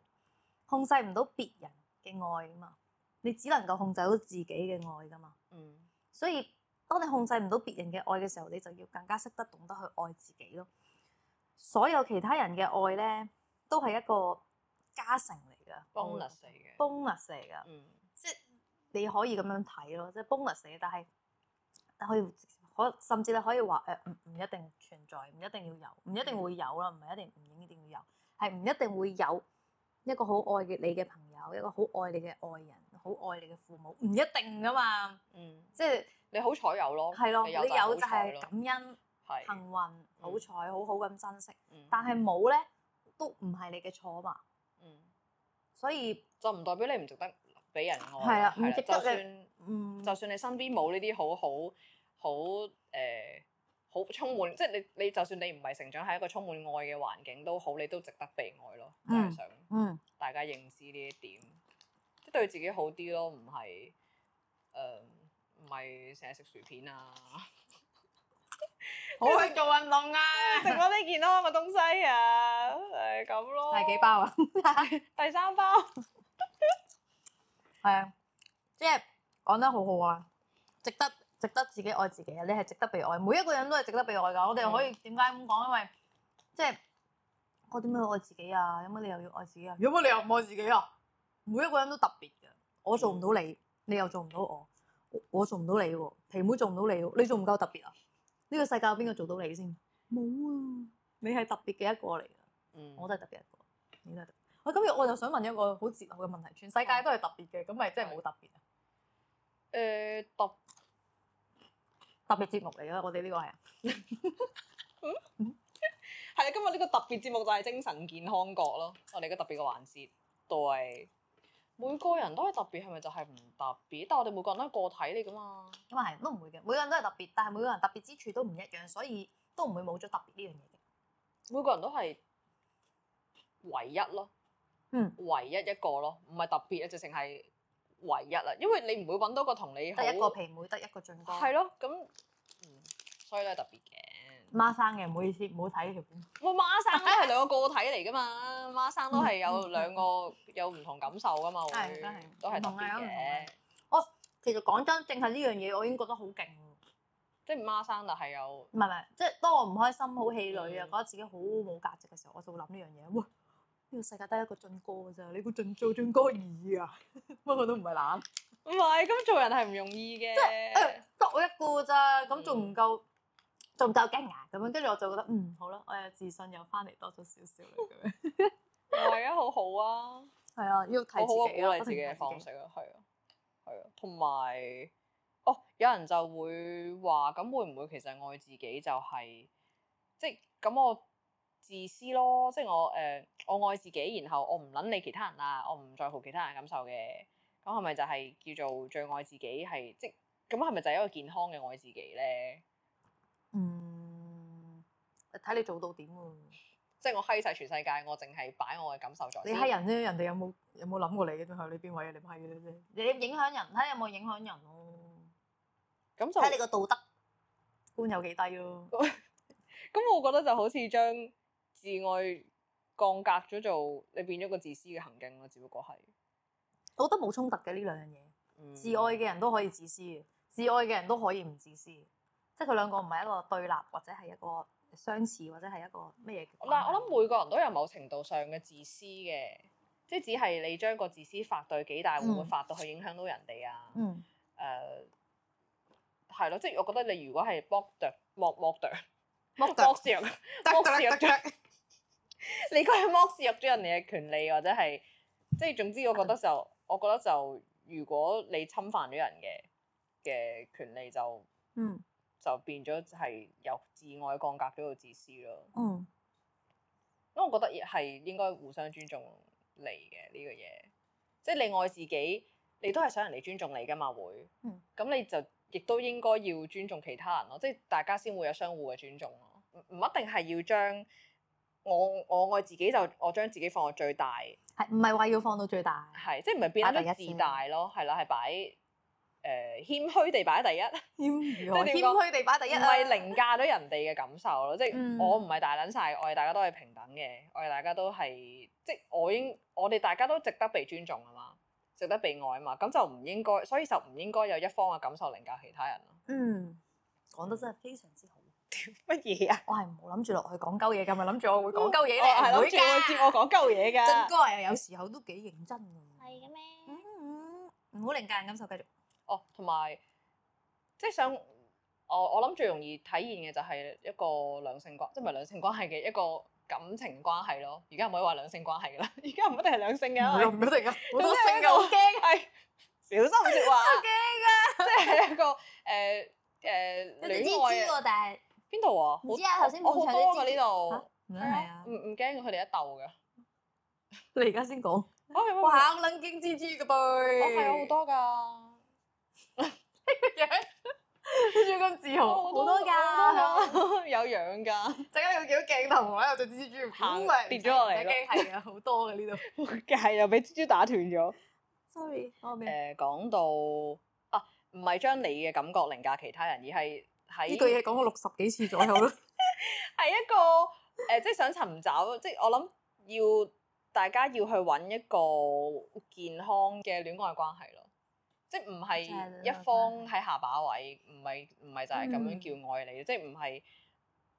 C: 控制唔到別人嘅愛啊嘛，你只能夠控制到自己嘅愛噶嘛。
A: 嗯
C: 所以當你控制唔到別人嘅愛嘅時候，你就要更加識得懂得去愛自己咯。所有其他人嘅愛咧，都係一個加成嚟噶
A: ，bonus 嚟嘅，
C: bonus 嚟㗎。
A: 嗯
C: 即係你可以咁樣睇咯，即係 bonus 嚟嘅，但係但可以可甚至你可以話誒唔唔一定存在，唔一定要有，唔一定會有啦，唔係一定唔一定要有，係唔一定會有一個好愛嘅你嘅朋友，一個好愛你嘅愛人，好愛你嘅父母，唔一定噶嘛，
A: 嗯，
C: 即係
A: 你好彩有咯，
C: 係咯，你
A: 係好
C: 有就
A: 彩
C: 係
A: 咯
C: 感恩、幸
A: 係，
C: 運、好彩，好好咁珍惜，
A: 嗯
C: 但係冇咧都唔係你嘅錯嘛，
A: 嗯
C: 所以
A: 就唔代表你唔值得俾人愛，啊
C: 係啊啦唔值得
A: 就
C: 你
A: 算。
C: 嗯
A: 就算你身邊冇呢啲好好好誒好充滿，即係你你就算你唔係成長喺一個充滿愛嘅環境都好，你都值得被愛咯。就係
C: 嗯
A: 想
C: 嗯。
A: 大家認知呢一點，即係對自己好啲咯，唔係誒唔係成日食薯片啊，
C: 好去做運動啊！
A: 食嗰啲健康嘅東西啊，誒咁咯。
C: 係幾？包啊？
A: 第三包。
C: 係啊，即係講得好好啊，值得值得自己愛自己啊！你係值得被愛，每一個人都係值得被愛㗎。我哋可以點解咁講？因為即係我點解要愛自己啊？有乜理由要愛自己啊？有乜理由唔愛自己啊？嗯每一個人都特別嘅，我做唔到你，你又做唔到我，我我做唔到你喎，皮妹做唔到你喎，你仲唔夠特別啊？呢、個世界有邊個做到你先？冇啊！你係特別嘅一個嚟㗎。
A: 嗯
C: 我都係特別一個，你都係特別。我今日我就想問一個好哲學嘅問題，全世界都係特別嘅，咁咪即係冇特別
A: 誒
C: 啊？
A: 呃特
C: 特別節目嚟啦，我哋呢個係
A: 係啊！今日呢個特別節目就係精神健康角咯，我哋嘅特別嘅環節，對每個人都係特別，係咪就係唔特別？但我哋每個人都係個體嚟噶嘛，
C: 因為係都唔會嘅，每個人都係特別，但係每個人特別之處都唔一樣，所以都唔會冇咗特別呢樣嘢嘅。
A: 每個人都係唯一咯，
C: 嗯，
A: 唯一一個咯，唔係特別啊，直情係唯一啊，因為你唔會揾到個同你好
C: 得一個皮妹，得一個進哥，
A: 係咯，咁、嗯所以都係特別嘅。
C: 孖生嘅，唔好意思，唔好睇呢條片。
A: 喂，孖生都係兩個個體嚟噶
C: 嗯
A: 嘛，孖生都係有兩個有唔同感受噶嘛，會
C: 係真係
A: 都係特
C: 唔同
A: 別
C: 啊唔同
A: 嘅
C: 啊。其實講真，淨係呢樣嘢我已經覺得好勁喎。
A: 即係孖生，但係有
C: 唔係唔係，即係當我唔開心、好氣餒啊，
A: 嗯
C: 覺得自己好冇價值嘅時候，我就會諗呢樣嘢。喂，呢個世界得一個進哥㗎咋，你估進做進哥二啊？ 不過都唔係懶。
A: 唔係咁做人係唔容易嘅，
C: 誒得呃我一個咋，咁仲唔
A: 嗯
C: 夠，仲唔夠驚啊？咁樣跟住我就覺得嗯好啦，我有自信又翻嚟多咗少少啦咁樣。
A: 唔係啊，好好啊，
C: 係啊，要
A: 好好啊，鼓
C: 睇自己啊，
A: 勵自己
C: 不停睇
A: 嘅方
C: 自
A: 式
C: 己。
A: 啊，係啊，係啊，同埋哦，有人就會話咁會唔會其實愛自己就係即係咁我自私咯，即係我誒、呃我愛自己，然後我唔撚理其他人啊，我唔在乎其他人感受嘅，咁係咪就係叫做最愛自己係即咁係咪就係一個健康嘅愛自己咧？
C: 嗯，睇你做到點喎。
A: 即係我閪晒全世界，我淨係擺我嘅感受在
C: 你
A: 先。
C: 閪人啫，人哋有冇有冇諗過你嘅？都係你邊位啊？你閪嘅啫。
B: 你影響人，睇下有冇影響人咯，
A: 咁就
B: 睇你個道德。
C: 官有幾低 咯？
A: 咁，我覺得就好似將自愛降格咗做你變咗個自私嘅行徑咯，只不過係、
C: 我覺得冇衝突嘅呢兩樣嘢。
A: 嗯
C: 自愛嘅人都可以自私嘅，自愛嘅人都可以唔自私嘅，即係佢兩個唔係一個對立，或者係一個相似，或者係一個乜嘢嘅關係。
A: 嗱，我諗每個人都有某程度上嘅自私嘅，即係只係你將個自私發對幾大，會唔會
C: 嗯
A: 發到去影響到人哋啊？
C: 嗯，
A: 誒係咯，即係我覺得你如果係剝奪剝剝奪
C: 剝奪
A: 剝削，剝削咗， 你嗰係剝削咗人哋嘅權利，或者係即係總之，我覺得就我覺得就如果你侵犯咗人嘅嘅權利就。
C: 嗯
A: 就變咗係由自愛降格咗到自私咯。
C: 嗯，
A: 因為我覺得係應該互相尊重嚟嘅呢個嘢，即係你愛自己，你都係想人哋尊重你噶嘛會。
C: 嗯。
A: 咁你就亦都應該要尊重其他人咯，即係大家先會有相互嘅尊重咯。唔唔一定係要將我我愛自己就我將自己放到最大，
C: 係唔係話要放到最大？
A: 係即係唔係變
C: 擺第一
A: 咗
C: 先
A: 自大咯？係啦，係擺誒謙虛地擺喺第一。
C: 謙如何
A: 即係
C: 謙
A: 點講
C: 虛地擺第一
A: 唔
C: 啊！
A: 係凌駕咗人哋嘅感受咯，即
C: 嗯
A: 係我唔係大撚晒，我哋大家都係平等嘅，我哋大家都係即係我應我哋大家都值得被尊重啊嘛，值得被愛啊嘛，咁就唔應該，所以就唔應該有一方嘅感受凌駕其他人咯。
C: 嗯，講得真係非常之好。
A: 乜嘢啊？
C: 我係冇諗住落去講鳩嘢㗎，咪諗住我會講鳩嘢咧，
A: 我哦係
C: 唔
A: 諗
C: 會
A: 住我接我
C: 㗎。
A: 講鳩嘢
C: 真
A: 㗎。
C: 哥啊，有時候都幾認真㗎。
A: 啊
B: 嘅咩？
C: 嗯，唔好凌駕人感受，繼續。
A: 哦，同埋即係想我我諗最容易體現嘅就係一個兩性關，即係唔係兩性關係嘅一個感情關係咯。而家唔可以話兩性關係㗎啦，而家唔一定係兩性嘅。因為
C: 唔一定啊，好
A: 多
C: 多
A: 聲
C: 聲
A: 㗎
C: 㗎，
A: 好
C: 好驚。啊
A: 係小心説話，
C: 驚啊！
A: 即係一個誒誒
B: 有隻蜘
A: 戀
B: 蛛
A: 愛啊
B: 喎，但係
A: 邊度啊？
B: 唔知啊頭先
A: 我
B: 半
A: 好
B: 場
A: 多㗎
B: 你
A: 呢
B: 知
A: 度，
C: 唔
A: 係啊唔唔驚佢哋一鬥㗎。
C: 你而家先講。
A: 啊係
C: 哇，
A: 啊，
C: 好撚驚蜘蛛嘅噃。
A: 我
C: 我
A: 係啊好多㗎，
C: 蜘蛛咁自豪，好多㗎。
A: 好多 㗎，有樣
B: 啊
A: 㗎，
C: 陣間有幾多鏡頭我喺度隻蜘蛛
A: 行
C: 咁咪
A: 跌咗落嚟
C: 唔使驚係啊，好多嘅呢度。
A: 係又俾蜘蛛打斷咗。
C: Sorry，我未。
A: 誒講到啊，唔係將你嘅感覺凌駕其他人，而係喺
C: 呢句嘢講過六十幾次左右啦。
A: 係一個誒、呃即係想尋找，即係我諗要大家要去揾一個健康嘅戀愛關係咯，即係唔係
B: 就係
A: 一
B: 戀愛
A: 方喺下把位，唔係唔係就係咁
C: 嗯
A: 樣叫愛你，即係唔係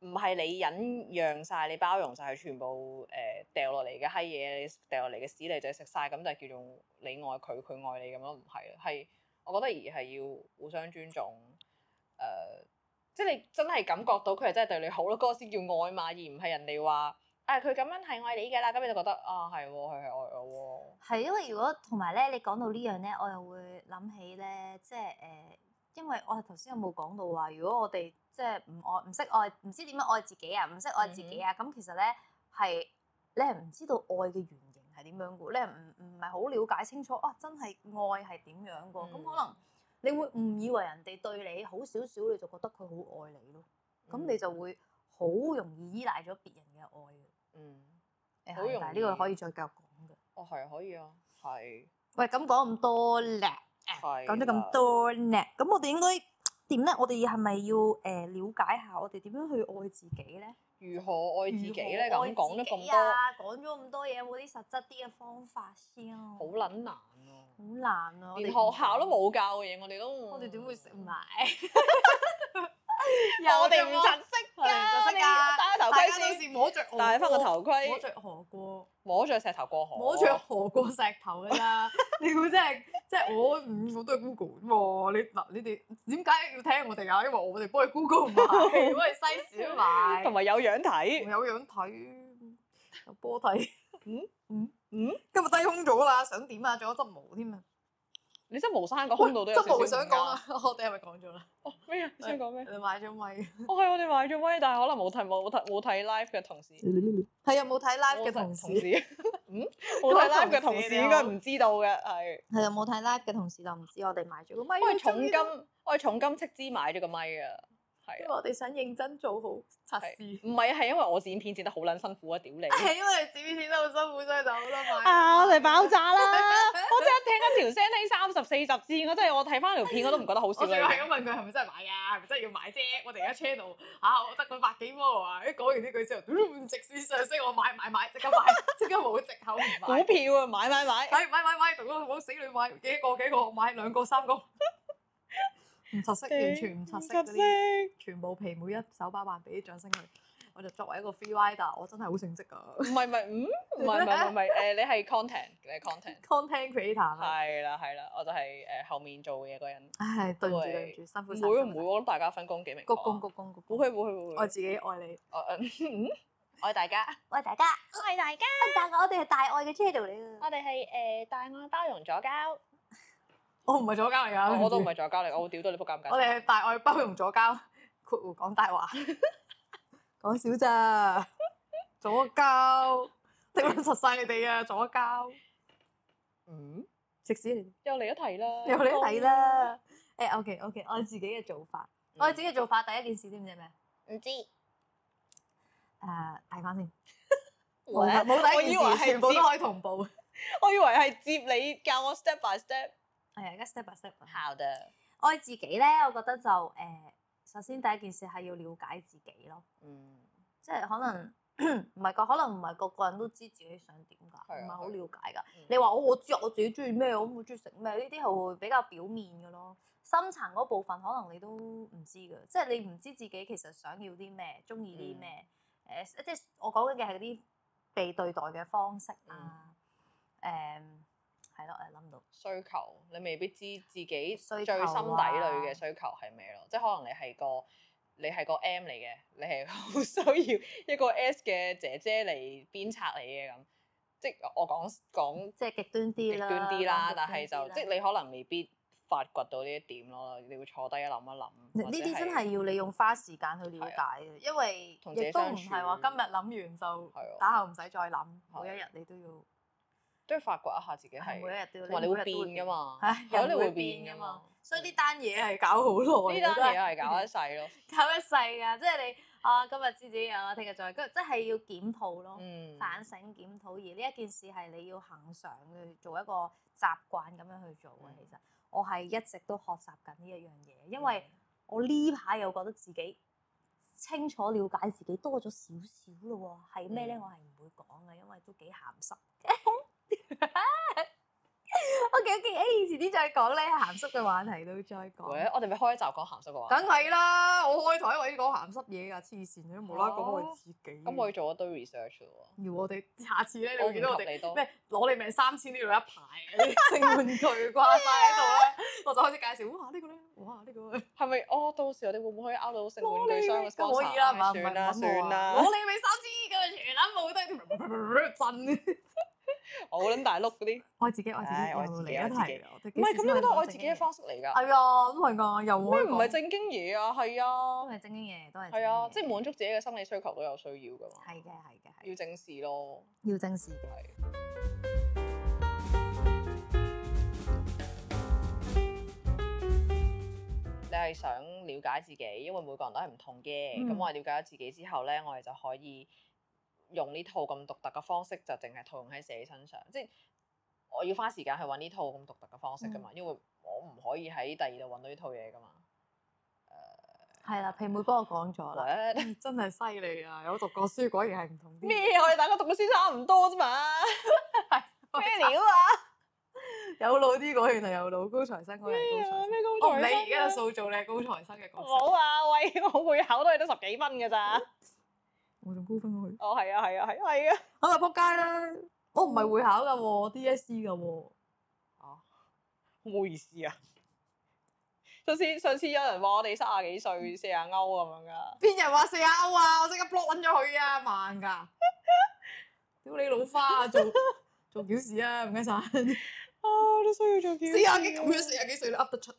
A: 唔係你忍讓晒，你包容晒佢全部誒掉落嚟嘅閪嘢，你掉落嚟嘅屎你就食晒，咁就叫做你愛佢，佢愛你咁樣，唔係啦係我覺得而係要互相尊重，誒、即係你真係感覺到佢係真係對你好咯，嗰、個先叫愛嘛，而唔係人哋話啊佢咁樣係愛你㗎啦，咁你就覺得啊係喎，佢係愛我
B: 係因為如果同埋咧，你講到呢樣咧，我又會諗起咧，即係誒、呃因為我係頭先有冇講到話，如果我哋即係唔愛、唔識愛、唔知點樣愛自己啊，唔識愛自
A: 嗯
B: 己啊，咁、其實咧係你係唔知道愛嘅原型係點樣嘅，你係唔唔係好了解清楚啊，真係愛係點樣嘅，咁、
A: 嗯
B: 可能你會誤以為人哋對你好少少，你就覺得佢好愛你咯，咁
A: 嗯
B: 你就會好容易依賴咗別人嘅愛嘅。
A: 喎，嗯，
B: 誒
A: 好
B: 係
A: 容
B: 但係呢個
A: 易
B: 可以再繼續講嘅。
A: 哦係可以啊，係
B: 喂，咁講咁多咧，
A: 係
C: 講咗咁
A: 啦，
C: 多咧，咁我哋應該點咧？我哋係咪要誒了解下我哋點樣去愛自己咧？
A: 如何愛自己咧？
B: 如何愛
A: 咁講咗
B: 自己
A: 咁多，
B: 啊，講咗咁多嘢，有冇啲實質啲嘅方法先啊？
A: 好撚難啊！
B: 好難啊！我哋
A: 連學校都，冇教嘅嘢，我哋都
B: 我哋點會食埋？
A: 我哋唔
C: 有
A: 窒息
C: 我哋唔
A: 㗎，
C: 窒息㗎
A: 戴個頭
C: 大
A: 盔
C: 家到
A: 先，
C: 時摸着鵝
A: 戴翻個
C: 哥
A: 頭盔
C: 摸，着河過，
A: 摸着石頭過河，
C: 摸着河過石頭 㗎啦！你估真係，即係我唔我都係 Google 喎。你嗱，你哋點解要聽我哋啊？因為我哋幫你 Google 埋，幫你篩選埋，
A: 同埋有樣睇，
C: 有樣睇，有波睇。
A: 嗯
C: 嗯
A: 嗯，
C: 今日低空咗啦，想點啊？仲有執毛添啊！
A: 你真係無生個空度都有少
C: 執
A: 少
C: 毛
A: 唔
C: 想講啊
A: 啱。！
C: 我哋係咪講咗啦？
A: 哦咩啊？你想講咩？
C: 你買 咗咪？
A: 我係我哋買咗威，但係可能冇睇冇睇冇睇 live 嘅同事，
C: 係啊，冇睇 live
A: 我
C: 嘅
A: 同
C: 同事
A: 同，事， 嗯，冇睇 live 嘅同事應該唔知道嘅，係。
C: 係啊，冇睇 live 嘅同事就唔知我哋買咗個咪。
A: 我係
C: 終
A: 重
C: 於
A: 金，我係重金斥資買咗個咪啊！係
C: 因為我哋想認真做好測試。
A: 唔係啊，係因為我剪片剪得好撚辛苦啊！屌你！
C: 係因為剪片都好辛苦，所以就好多買。
A: 啊！我哋爆！炸啦！我真係聽緊條聲聽三十四十次，我真係我睇翻條片我都唔覺得好笑
C: 我仲要
A: 啦。已
C: 係咁
A: 經
C: 問佢係咪真係買啊？係咪真係要買啫？我哋而家 channel 啊，我得嗰百幾毛啊！一講完呢句之後，嗯直線上升，我買買買，即刻買，即刻冇藉口唔買
A: 股。票啊，買買買！
C: 買買買買，同嗰個好死女買幾個幾個，買兩個三個。唔擦色，完全唔擦色嗰啲，全部皮每一手包辦，俾啲掌聲佢。我就作為一個 free à? rider，我真係好勝績啊
A: 唔係唔係，嗯，唔係唔係唔係，誒你係 content，你係 content，
C: ！content creator 啊
A: 係啦係啦，我就係誒後面做嘢嗰人。
C: 唉，對唔住
A: 喂
C: 對唔住，辛苦
A: 唔
C: 晒。
A: 會
C: 辛
A: 唔
C: 苦
A: 會，
C: 晒
A: 我諗大家分工幾明確
C: 鞠
A: 啊。
C: 躬鞠躬鞠
A: 唔
C: 躬。
A: 會唔會唔會。
C: 我自己愛你。
A: 我嗯愛大家，
B: 喂大家，喂大家，但係我哋係大愛嘅 channel 嚟㗎。
A: 我哋係誒大愛包容左交，
C: 哦我唔係左交嚟㗎，
A: 哦我都唔係左交嚟，我會屌到你仆街唔緊要。
C: 我哋係大愛包容左交，括弧講大 話，講少咋，左交，頂撚實晒你哋啊，左交，
A: 嗯，
C: 食屎你哋！
A: 又嚟一題啦，
C: 有你睇。啦。誒，OK OK，我自己嘅做法，
A: 嗯
C: 我自己嘅做法第一件事知唔知係咩？
B: 唔知
C: 誒，睇翻先，
A: 我
C: 冇冇
A: 我
C: 第一
A: 以
C: 件
A: 為
C: 事，全部
A: 係
C: 都
A: 接，
C: 可以同步。
A: 我以為係接你教我 step by step。
C: 係啊，而家 step by step 啊。
A: 好的，
C: 我自己咧，我覺得就誒，首先第一件事係要了解自己咯。
A: 嗯，
C: 即係可能 唔係個，可能唔係個個人都知自己想點
A: 係
C: 㗎，
A: 啊
C: 唔係好
A: 係
C: 了解㗎。
B: 嗯
C: 你話我哦我知我自己中意咩，我唔中意食咩，呢啲係會比較表面嘅咯。深層嗰部分可能你都唔知嘅，即係你唔知自己其實想要啲咩，中意啲咩。誒、
A: 嗯
C: 即係我講緊嘅係啲被對待嘅方式啊。誒
A: 嗯
C: 係咯，誒諗唔到。
A: 需求，你未必知自己
C: 需求啊
A: 最心底裏嘅需求係咩咯，即係可能你係個你係個 M 嚟嘅，你係好需要 一個 S 嘅姐姐嚟鞭策你嘅咁，即係我講講
C: 即係極端
A: 極
C: 啲啦，
A: 端啲啦
C: 講，極
A: 但
C: 端
A: 係
C: 啲
A: 就
C: 啦
A: 即係你可能未必發掘到呢一點咯，你要坐低諗一諗。
C: 呢
A: 或者啊
C: 啲真係要你用花時間去了解嘅，因為
A: 同自己
C: 亦都
A: 相
C: 唔係
A: 處
C: 話今日諗完就
A: 係啊
C: 打後唔使再諗，
A: 係
C: 每一日你都要，
A: 都要發掘一下自己
C: 係每一
A: 係，
C: 日都要，
A: 同埋你會
C: 會
A: 變噶，嘛，
C: 係
A: 係咯，
C: 人
A: 你
C: 會
A: 會
C: 變
A: 變
C: 㗎
A: 噶
C: 嘛
A: 嘛，，嗯
C: 所以呢單嘢係搞好
A: 呢
C: 耐，
A: 單嘢啊係
C: 真
A: 搞一世咯。
C: 搞一世㗎，即係你啊今日知自己啊，聽日再，跟住即係要檢討咯，
A: 嗯，
C: 反省檢討，而呢一件事係你要恆常去做一個習慣咁樣去做嘅。
A: 嗯
C: 其實我係一直都學習緊呢一樣嘢，因為。我呢排又覺得自己清楚了解自己多咗少少咯喎，係咩咧？
A: 嗯
C: 我係唔會講嘅，因為都幾鹹濕。OK OK，誒、遲哎啲再講咧，鹹濕嘅話題都再
A: 喂啊
C: 講。，
A: 我哋咪開一集講鹹濕嘅話
C: 梗。係啦，我開台位講鹹濕嘢㗎，黐線嘅，無啦啦講我
A: 哦
C: 自己。
A: 咁我要做一堆 research 咯
C: 要我哋 下次
A: 喎，
C: 咧，你
A: 我唔
C: 會見到我
A: 及
C: 哋
A: 你多。
C: 咩攞你命三千呢度一排， 性玩具掛晒喺度咧，我就開始介紹，哇呢個咧，哇呢個咧。
A: 係咪？哦，到時我哋會唔會可以拗到
C: 啊
A: 性玩具商嘅 s p
C: 可以啦，唔係
A: 算啦
C: 唔係唔係
A: 算
C: 我
A: 啦，
C: 你咪三支咁啊，全攬冇都係 震。
A: 我好撚大碌嗰 啲。
C: 我自己我
A: 唉我
C: 自
A: 自
C: 己
A: 己
C: 又
A: 我
C: 嚟
A: 自
C: 一
A: 己
C: 題，我哋
A: 唔係咁，你覺得我自己嘅
C: 嘅
A: 方式嚟㗎？
C: 係啊，都係㗎，又
A: 咩
C: 可以
A: 唔係
C: 講
A: 正經嘢啊？係
C: 都
A: 啊，
C: 係正經嘢，都係
A: 係
C: 正經
A: 啊，
C: 嘢
A: 即係滿足自己嘅心理需求都有需要㗎嘛。
C: 係嘅係嘅係
A: 要正視咯。
C: 要正視嘅。
A: 你係想了解自己，因為每個人都係唔同嘅。咁、
C: 嗯
A: 我係了解咗自己之後咧，我哋就可以用呢套咁獨特嘅方式，就淨係套用喺自己身上。即係我要花時間去揾呢套咁獨特嘅方式噶嘛，
C: 嗯
A: 因為我唔可以喺第二度揾到呢套嘢噶嘛。
C: 係啦，皮妹幫我講咗啦，
A: What？
C: 真係犀利啊！有讀過書果然係唔同 啲。
A: 咩啊？我哋大家讀嘅書差唔多啫嘛。咩料啊？
C: 有腦啲果然係有腦，高材生果然係
A: 咩
C: 高材
A: 啊？
C: 生。
A: 咩
C: 我
A: 高
C: 唔
A: 材
C: 理
A: 生
C: 而家嘅
A: 啊
C: 塑造你係高材生嘅角
A: 冇
C: 色，
A: 啊！喂， 我會考都係得十幾分嘅咋。
C: 我仲高分過佢。
A: 哦，係啊，係啊，係啊係啊。
C: 我就仆街啦！我唔係會考噶喎，DSE 噶喎。
A: 哦，好冇意思啊！上次上次有人話我哋三十幾歲四啊歐咁樣噶，
C: 邊人話四下歐啊？我即刻 block 揾咗佢啊！慢噶，屌你老花啊！做 做屌事啊！唔該晒。
A: 啊都需要做 啊
C: 四下幾咁樣，四下幾歲都噏得出。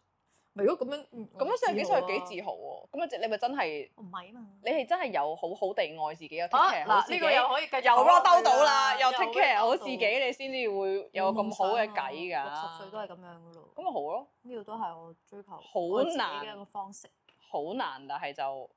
C: 咪如果咁樣，
A: 咁樣四十幾歲係幾
C: 字？
A: 自豪喎？咁啊，即你咪真係
C: 我唔係啊嘛。
A: 你係真係有好好地愛自己，有 take
C: 啊
A: care 好
C: 嗱，
A: 自
C: 呢
A: 己，哦
C: 個又可以繼續
A: 又
C: 講落去
A: 嬲到啦，又 take
C: 可以
A: care 好
C: 兜
A: 自
C: 到
A: 己，你先至會有個咁
C: 啊
A: 好嘅計㗎。
C: 六十歲都係咁樣噶咯。
A: 咁咪好咯，
C: 呢個都係我追求
A: 好
C: 我自己
A: 難
C: 嘅一個方式。
A: 好難，但係就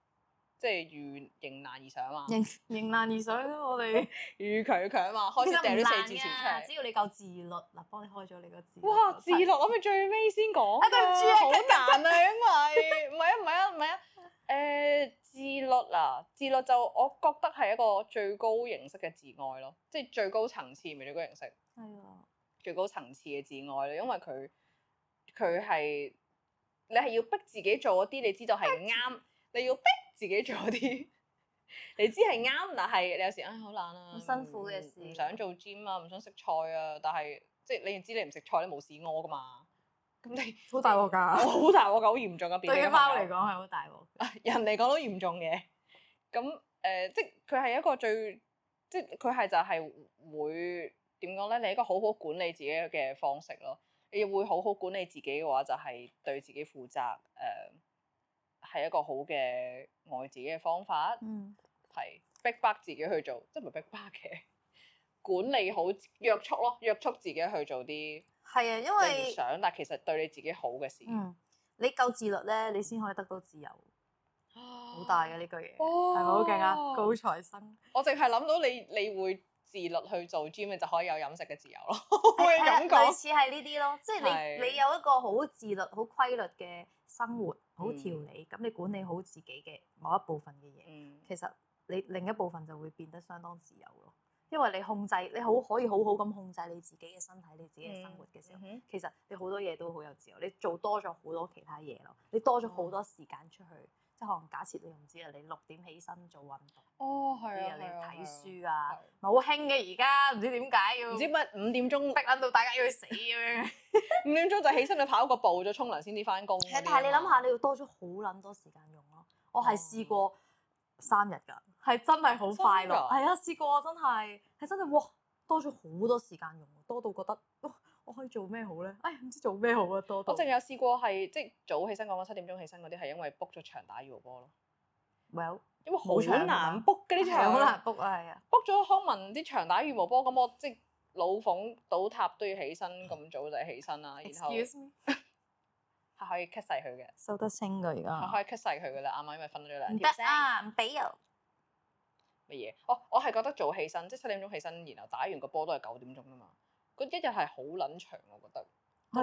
A: 即係遇迎難而上啊嘛，
F: 迎迎難而上
C: 啊
F: 咯，我哋
A: 遇強強啊嘛，開
C: 其
A: 始
C: 實
A: 掟
C: 唔
A: 啲
C: 難
A: 四字詞出
C: 㗎，只
A: 嚟。
C: 要你夠自律，嗱，幫你開咗你個自律
A: 哇！
C: 個
A: 自律我咪最尾先講
F: 啊對唔住啊
A: 好難啊，因為唔係啊，唔係啊，唔係啊。誒、自律啊，自律就我覺得係一個最高形式嘅自愛咯，即係最高層次咪最高形式。
C: 係啊，
A: 最高層次嘅自愛啦，因為佢佢係你係要逼自己做一啲你知道係啱，你要逼自己做一啲你知係啱，但係你有時唉好懶啊，
C: 好辛苦嘅
A: 唔
C: 事
A: 唔想做 gym 啊，唔想食菜啊，但係即係你知你唔食菜你冇屎屙噶嘛，咁你
F: 好大鑊
C: 啊
F: 㗎，
A: 好大鑊㗎，好嚴 重嘅啊變
F: 對於
A: 咗
F: 貓嚟講係好大鑊嘅。
A: 啊人嚟講都嚴重嘅。咁誒、呃即係佢係一個最，即係佢係就係會點講咧？你一個好好管理自己嘅方式咯。你會好好管理自己嘅話，就係、對自己負責。誒、呃係一個好嘅愛自己嘅方法，
C: 嗯，
A: 係逼迫自己去做，即係唔係逼迫嘅。管理好約束咯，約束自己去做啲
C: 係啊，因
A: 你唔
C: 為
A: 想，但其實對你自己好嘅事，
C: 嗯，你夠自律咧，你先可以得到自由，好
A: 好
C: 大嘅呢句嘢，
A: 啊
F: 係
A: 哦
F: 咪好勁啊？高材 生，
A: 我淨係諗到你，你會自律去做 gym，你就可以有飲食嘅自由 咯。會
C: 係啊
A: 咁
C: 類
A: 講，
C: 似係呢啲咯，即係
A: 係
C: 你你有一個好自律、好規律嘅生活，好
A: 嗯
C: 調理，咁你管理好自己嘅某一部分嘅嘢，
A: 嗯，
C: 其實你另一部分就會變得相當自由咯，因為你控制，你好可以好好咁控制你自己嘅身體、你自己嘅生活嘅時候，
A: 嗯
C: 其實你好多嘢都好有自由，你做多咗好多其他嘢咯，你多咗
A: 嗯
C: 好多時間出去，即係可能假設你唔知啊，你六點起身做運動
A: 哼哦，
C: 啲
A: 係
C: 啊，
A: 啊，
C: 你
A: 係
C: 要
A: 啊
C: 睇，啊
A: 係
C: 書
A: 啊
C: 啊
A: 係，
C: 咪好興嘅而家，唔知點解要
A: 唔知乜五點鐘，
C: 逼撚到大家要去死咁樣。
A: 五點鐘就起身去跑個步，再沖涼先至翻工嗰啲啊
C: 係
A: 嘛。
C: 但係你諗下，你要多咗好撚多時間用咯。我係試過三日㗎，係真係好快
A: 哦真
C: 樂。
A: 㗎
C: 係啊，試過真係係真係哇，多咗好多時間用，多到覺得哇，我可以做咩好咧？哎，唔知做咩好啊，多到
A: 我淨有試過係即係早起身講緊七點鐘起身嗰啲，係因為 book 咗場打 U 波咯，
C: well
A: 因為
C: 冇場啊
A: 好難
C: 嘛
A: book 嘅呢
C: 係啊
A: 場，
C: 好難 book 啊，係啊，
A: book 咗康文啲場打羽毛波，咁我即係老馮倒塔都要起身，咁早就起身啦，然後
F: Excuse me，
A: 係可以 cut 晒佢嘅。
C: 收得清㗎而
A: 我
C: 家
A: 可以 cut 晒佢噶啦，啱啱因為分咗兩
C: 啊唔
A: 條
C: 得
A: 聲
C: 啊，唔俾油。
A: 乜嘢？我我係覺得早起身，即係七點鐘起身，然後打完個波都係九點鐘噶嘛。嗰一日係好撚長，我覺得
C: 啊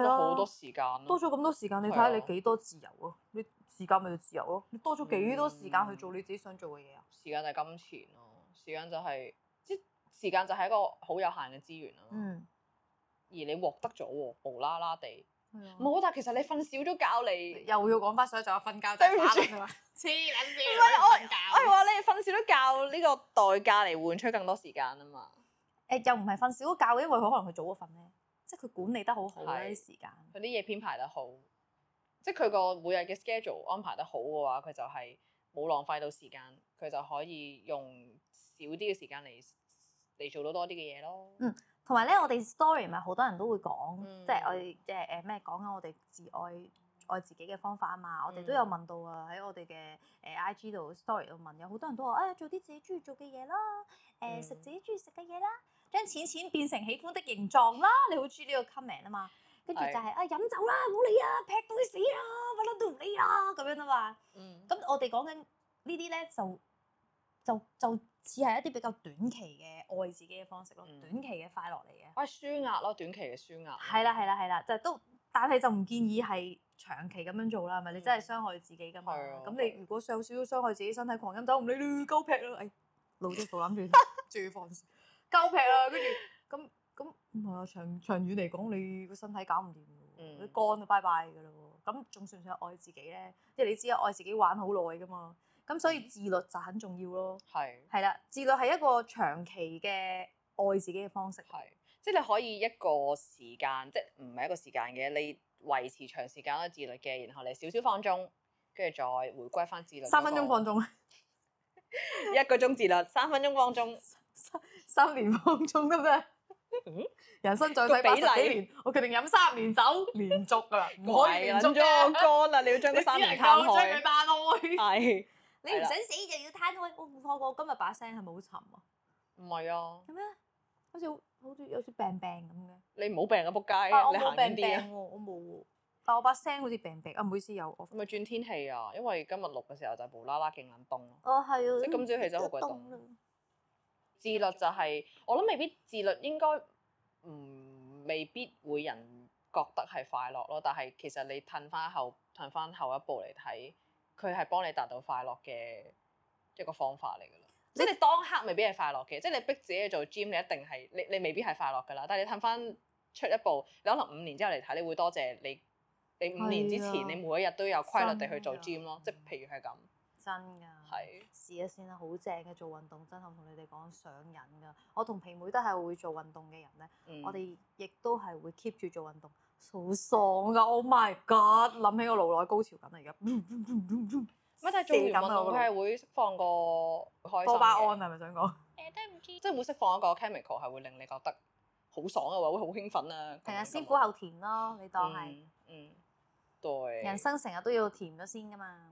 A: 多咗好多時間咯。啊
F: 多咗咁多時間，你睇下你幾多自由
C: 啊
F: 咯？你時間咪就自由咯？你多咗幾多時
A: 嗯
F: 間去做你自己想做嘅嘢啊？
A: 時間就係金錢咯，時間就係、即係時間就係一個好有限嘅資源啦。
C: 嗯，
A: 而你獲得咗喎，無啦啦地
C: 係啊
A: 冇，但係其實你瞓少咗覺你。
F: 又要講翻上一集我瞓覺就
A: 對唔
F: 打
A: 住
F: 撚佢啦，黐撚線，
A: 唔係我
F: 瞓覺
A: 我係話你瞓少咗覺呢個代價嚟換取更多時間啊嘛，
C: 誒哎又唔係瞓少覺，因為佢可能佢早咗瞓咧，即係佢管理得好好啦
A: 係
C: 啲時間。
A: 佢啲嘢編排得好，即係佢個每日嘅 schedule 安排得好嘅話，佢就係冇浪費到時間，佢就可以用少啲嘅時間嚟嚟做到多啲嘅嘢咯。
C: 嗯同埋咧，我哋 story 咪好多人都會講，
A: 嗯
C: 即係我哋即係誒咩講緊我哋自愛愛自己嘅方法啊嘛。我哋都有
A: 嗯
C: 問到啊，喺我哋嘅誒 IG 度 story 度問，有好多人都話啊，做啲自己中意做嘅嘢啦，誒、
A: 嗯
C: 食自己中意食嘅嘢啦，將錢錢變成喜歡的形狀啦。你好中意呢個 comment 啊嘛，跟住就
A: 係
C: 係、啊飲酒啦，唔好理啊，劈到佢死啦，乜撚都唔理啦咁樣啊嘛。
A: 嗯，
C: 咁我哋講緊呢啲咧，就就就似係一啲比較短期嘅愛自己嘅方式咯，
A: 嗯
C: 短期嘅快樂嚟嘅。
A: 喂，舒壓咯，短期嘅舒壓。
C: 係啦，係啦，係啦，就都，但係就唔建議係長期咁樣做啦，係咪？你真係傷害自己噶
A: 嗯
C: 嘛？
A: 係啊
C: 咁你如果有少少傷害自己身體，狂飲酒唔理啦，鳩劈啦，誒，老啲肚諗住仲要放肆，鳩 劈啦，跟住咁咁唔係啊，長長遠嚟講，你個身體搞唔掂㗎喎，
A: 嗯
C: 你肝就拜拜㗎啦喎，咁仲算唔算係愛自己咧？即係你知啊，愛自己玩好耐噶嘛，咁所以自律就很重要咯。
A: 係
C: 係啦，自律係一個長期嘅愛自己嘅方式。
A: 係，即係你可以一個時間，即係唔係一個時間嘅，你維持長時間都係自律嘅，然後你少少放縱，跟住再回歸翻自律嗰個。
F: 三分鐘放 縱，
A: 一個鐘自律，三分鐘放縱。
F: 三三年放縱得唔得
A: 嗯？
F: 人生再世八十
A: 個比
F: 幾
A: 例
F: 年，我決定飲三年酒，連續噶啦，唔可以
A: 懷
F: 連
A: 撚
F: 續
A: 咗
F: 㗎
A: 個肝啊啦！你要將
F: 你
A: 個
F: 只
A: 三
F: 能
A: 年攤
F: 夠將佢
A: 開，
F: 打開。
A: 係
C: 你唔
A: 係啦
C: 想死就要攤開。我唔錯過今日把聲係咪好沉啊？
A: 唔係啊？
C: 有咩？好似好似有少病病咁嘅。
A: 你唔好病啊！仆街，
C: 啊，我
A: 你
C: 冇
A: 行
C: 病
A: 遠
C: 病
A: 啲啊！
C: 喎，我冇喎。但我把聲好似病病啊，唔好意思有 我
A: 咪轉天氣啊，因為今日錄嘅時候就無啦啦勁撚凍咯。
B: 哦，係啊，
A: 即係今朝起身好鬼凍
C: 啊
B: 啦。
A: 自律就係、我諗未必自律應該唔未必會人覺得係快樂咯，但係其實你褪翻後褪翻後一步嚟睇，佢係幫你達到快樂嘅一個方法嚟㗎啦。即係你當刻未必係快樂嘅，即係你逼自己去做 gym，你一定係你你未必係快樂㗎啦。但係你褪翻出一步，你可能五年之後嚟睇，你會多謝你你五年之前
C: 係啊
A: 你每一日都有規律地去做
C: 真㗎
A: gym 咯，即係譬如係咁，
B: 真㗎，
A: 係
B: 試一先啦，好正嘅做運動，真係我同你哋講上癮㗎。我同皮妹都係會做運動嘅人咧，
A: 嗯
B: 我哋亦都係會 keep 住做運動，好爽
C: 爽噶！Oh my god！諗起我腦內高潮緊啊，而家
A: 乜但係做完運動佢
C: 射緊啊我個腦
A: 係會釋放個開心
C: 多巴
A: 嘅
C: 胺啊係咪想講？
A: 即係會釋放一個 chemical 係會令你覺得好爽嘅話，會好興奮啊！
B: 成日
A: 咁樣
B: 先
A: 㗎
B: 苦
A: 嘛
B: 後甜咯，你當係、
A: 嗯嗯對
B: 人生成日都要甜咗先㗎嘛，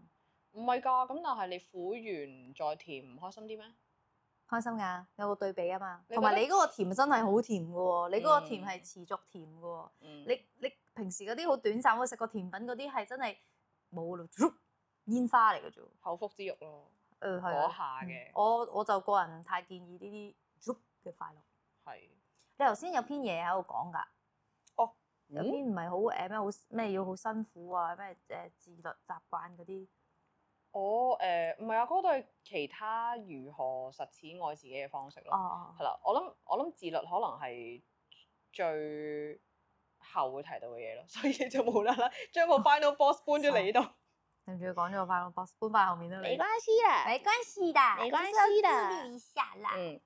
A: 唔係㗎，咁但係你苦完再甜唔開心啲咩？
B: 開心㗎，有個對比啊嘛。
A: 你
B: 同埋
A: 覺得
B: 你嗰個甜真係好甜㗎喎，你嗰個甜
A: 嗯
B: 係持續甜㗎喎。
A: 嗯，
B: 你你平時嗰啲好短暫，我食個甜品嗰啲係真係冇咯，煙花嚟嘅啫喎。
A: 口腹之欲咯，
B: 誒係
A: 嗰
B: 啊嗯
A: 下嘅
B: 我我就個人唔太建議呢啲 zoop 嘅快樂。
A: 係
B: 你頭先有篇嘢喺度講㗎，有
A: 嗯
B: 篇唔係好誒咩好咩要好辛苦啊咩誒自律習慣嗰啲，
A: 我誒唔係啊，嗰對其他如何實踐愛自己嘅方式咯。
B: 哦
A: 係啦，我諗我諗自律可能係最後會提到嘅嘢咯， 所以就冇啦啦將個 final boss 搬咗嚟呢度。
C: 你唔要講咗個快樂 box 搬翻後面啦。你
B: 係
G: 啊
B: 啦，沒關係的，
G: 沒
B: 就
G: 關
B: 是要
G: 係的
B: 自律一下啦。哎
A: 嗯，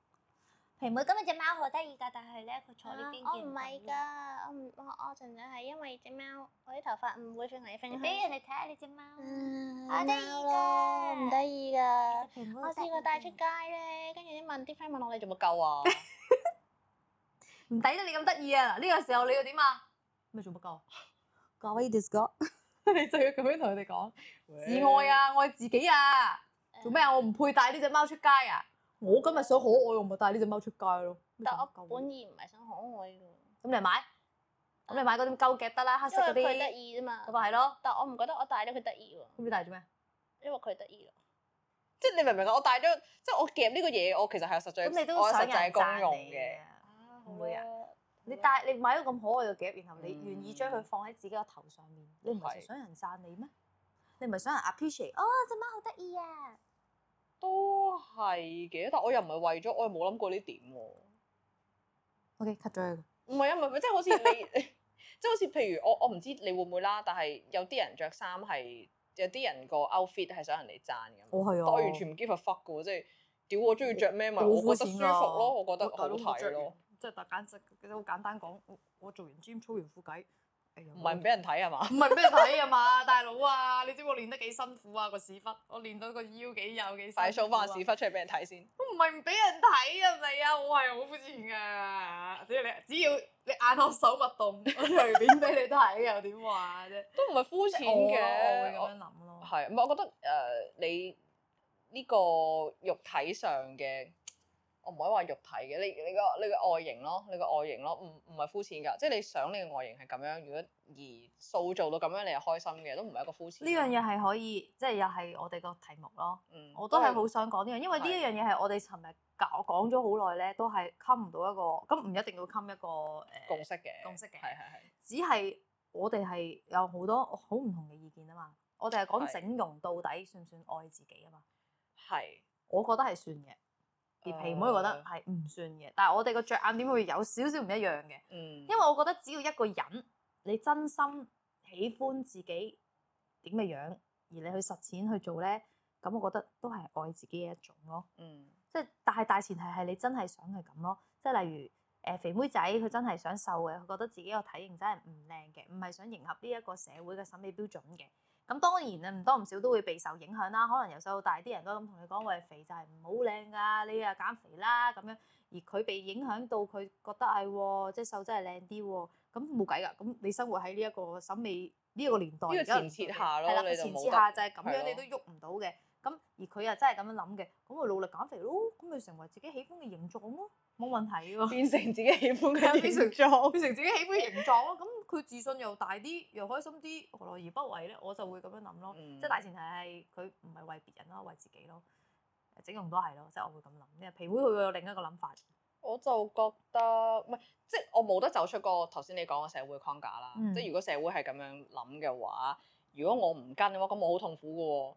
B: 皮妹今日只貓好得意㗎，但係咧佢坐呢邊
G: 啊我
B: 見
G: 唔係
B: 到
G: 㗎，我唔我我純粹係因為只貓，我啲頭髮唔會飛嚟飛
B: 你
G: 去。
B: 俾人哋睇下你只貓。
G: 嗯
B: 啊得意
G: 貓咯
B: 㗎
G: 唔得意㗎。
B: 皮妹好
G: 我
C: Ờ,
G: 試
B: 得
G: 過
B: 意
G: 帶
B: 㗎
G: 出街咧，跟住啲問啲 friend 問我你做乜鳩啊
A: 哇！
C: 唔抵得你咁得意啊！嗱，呢個時候你要點啊？咩做乜鳩？
B: 各位 disco，
C: 你就要咁樣同佢哋講自愛啊，愛自己啊！
G: 誒
C: 做咩啊？我唔配帶呢只貓出街啊！我今日想可愛，我咪帶呢只貓出街咯。
G: 但我
C: 咁
G: 本 意唔係想可愛㗎，
C: 你買，咁你買嗰啲鳩夾得啦，黑色嗰
G: 因為佢得
C: 啲，
G: 意啫嘛
C: 咁。咪係咯。
G: 但我唔覺得我帶咗佢得意
C: 咁
G: 喎，
C: 你帶做咩？
G: 因為佢得意咯。
A: 即係你明唔明啊？我帶咗，即係我夾呢個嘢，我其實係有實際，
C: 咁你都
A: 我有
C: 想
A: 實
C: 人
A: 際功用
C: 讚你
A: 嘅。
C: 啊！
G: 啊
C: 唔會啊！
B: 你帶你買咗咁可愛嘅夾，然後你
A: 嗯
B: 願意將佢放喺自己個頭上面，你唔係就
A: 係
B: 想人讚你咩？你唔係想人 appreciate 哦，只貓好得意啊！
A: 都係嘅，但我又唔係為咗，我又冇諗過呢點喎。唔
B: OK，cut 咗佢。
A: 係啊，唔 係即係好似你， 即係好似譬如我我唔知你會唔會啦，但係有啲人着衫係有啲人個 outfit 係想人哋讚咁。
C: 我係啊
A: 但我完全唔 give a fuck 嘅喎，即係屌我中意着咩咪我覺得舒服
C: 啊
A: 咯，我覺得好睇咯，。
C: 即係大簡直好簡單講，我我做完 gym 操完褲計，哎呀
A: 唔係唔俾人睇係嘛？
C: 唔係俾人睇啊嘛， 大佬啊！你知我練得幾辛苦啊個屎忽，我練到個腰幾幼幾辛苦啊
A: 快 show 翻個屎忽出嚟俾人睇先。
C: 唔係唔俾人睇啊，咪啊，我係好膚淺噶，只要你只要你眼學手勿 動，我隨便俾你睇又點話啫？
A: 都唔係膚淺
C: 即係我咯我會
A: 嘅，
C: 咁樣諗咯。
A: 係，唔係我覺得誒、呃你呢個肉體上嘅，我唔可以話肉體嘅，你你個你個外形咯，你個外形咯，唔唔係膚淺㗎，即係你想你嘅外形係咁樣，如果而塑造到咁樣，你係開心嘅，都唔係一個膚淺。
C: 呢樣嘢，係可以，即係又係我哋個題目咯。
A: 嗯
C: 我都係好想講呢樣，因為呢
A: 係
C: 一樣嘢係我哋尋日講講咗好耐咧，都係冚唔到一個，咁唔一定要冚一個誒
A: 共識嘅，
C: 共識嘅
A: 係係係，
C: 只係我哋係有好多好唔同嘅意見啊嘛。我哋係講
A: 係
C: 整容到底算唔算愛自己啊嘛？
A: 係
C: 我覺得係算嘅，而皮妹覺
A: 誒
C: 得係唔算嘅。但係我哋個着眼點會有少少唔一樣嘅，
A: 嗯，
C: 因為我覺得只要一個人你真心喜歡自己點嘅樣，而你去實踐去做咧，咁我覺得都係愛自己嘅一種咯。
A: 嗯
C: 即係但係大前提係你真係想係咁咯。即係例如誒、呃肥妹仔，佢真係想瘦嘅，佢覺得自己個體型真係唔靚嘅，唔係想迎合呢一個社會嘅審美標準嘅。咁當然啊，唔多唔少都會備受影響啦。可能由細到大啲人都咁同你講，喂，肥就係唔好靚㗎，你啊減肥啦咁樣。而佢被影響到，佢覺得係喎，即係瘦真係靚啲喎。咁冇計㗎，咁你生活喺呢一個審美呢一個年代，
A: 呢個
C: 而家
A: 前設下咯
C: 係啦，
A: 你就
C: 前
A: 冇
C: 設
A: 得
C: 下就係咁
A: 係
C: 樣，你
A: 咯
C: 都喐唔到嘅。咁而佢又真係咁樣諗嘅，咁咪努力減肥咯，咁咪成為自己喜歡嘅形狀咯，冇問題 喎。
A: 變成自己喜歡
C: 係啊
A: 嘅
C: 變
A: 形
C: 成
A: 狀，
C: 變成自己喜歡嘅形狀咯，咁佢自信又大啲，又開心啲，何樂而不為咧？我就會咁樣諗咯。
A: 嗯
C: 即係大前提係佢唔係為別人咯，為自己咯。整容都係咯，即係我會咁諗。因為皮妹佢會有另一個諗法。
A: 我就覺得唔係，即係我冇得走出個頭先你講嘅社會框架啦。
C: 嗯
A: 即係如果社會係咁樣諗嘅話，如果我唔跟嘅話，咁我好痛苦嘅喎。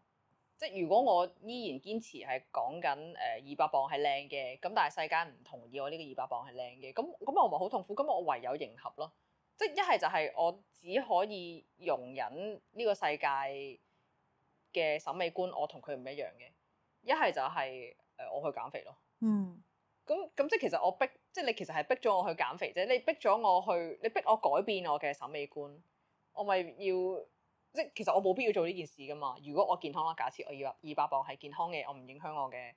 A: 即係如果我依然堅持係講緊誒二百磅係靚嘅，咁但係世界唔同意我呢個二百磅係靚嘅，咁咁我咪好痛苦。咁我唯有迎合咯。即係一係就係我只可以容忍呢個世界嘅審美觀，我同佢唔一樣嘅；一係就係、誒我去減肥咯。
C: 嗯
A: 咁咁即係其實我逼，即係你其實係逼咗我去減肥啫。你逼咗我去，你逼我改變我嘅審美觀，我咪要即係其實我冇必要做呢件事噶嘛。如果我健康啦，假設我二百二百磅係健康嘅，我唔影響我嘅誒、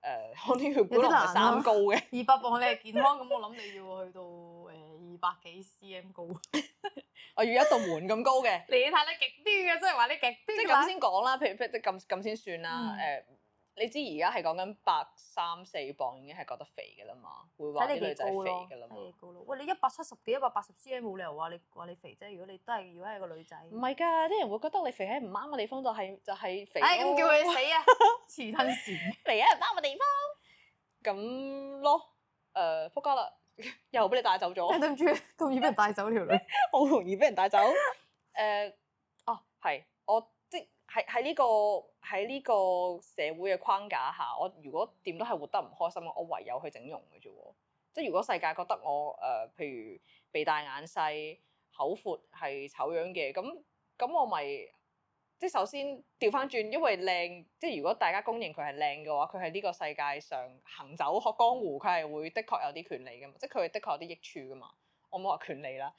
A: 呃我啲血管
C: 有啲
A: 我唔係
C: 難啊
A: 三高嘅，
C: 二百磅你係健康，咁我諗你要去到誒二百幾 cm 高。 你
A: 我要一道門咁高 嘅。
C: 睇得極端嘅，即係話你極
A: 即係
C: 㗎啦
A: 咁先講啦，譬如譬如咁咁先算啦。誒、呃
C: 嗯
A: 你知而家係講緊百三四磅已經係覺得肥嘅啦嘛，會話啲
C: 睇你幾
A: 女仔
C: 高
A: 肥
C: 咯，嗯
A: 嘅啦嘛
C: 睇。你幾高咯。喂，你一百七十幾、一百八十 cm 冇理由話你話你肥啫。如果你都係如果係個女仔，
A: 唔係㗎，啲人會覺得你肥喺唔啱嘅地方就係、就係、嗯肥咯。
C: 唉，咁叫佢 死啊！黐吞線，
A: 肥喺唔啱嘅啊地方。咁咯，誒仆街啦， 又俾你帶走咗，
C: 對唔住，咁易俾人帶走條 女。
A: 好容易俾人帶走。 誒、哦、係，我即係喺喺呢個喺呢個社會嘅框架下，我如果點都係活得唔開心，我唯有去整容嘅啫喎。即係如果世界覺得我誒、呃譬如鼻大眼細、口闊係醜樣嘅，咁咁我咪即係首先調翻轉，因為靚，即係如果大家公認佢係靚嘅話，佢喺呢個世界上行走學江湖，佢係會的確有啲權利噶嘛，即係佢係的確有啲益處噶嘛。我冇話權利啦，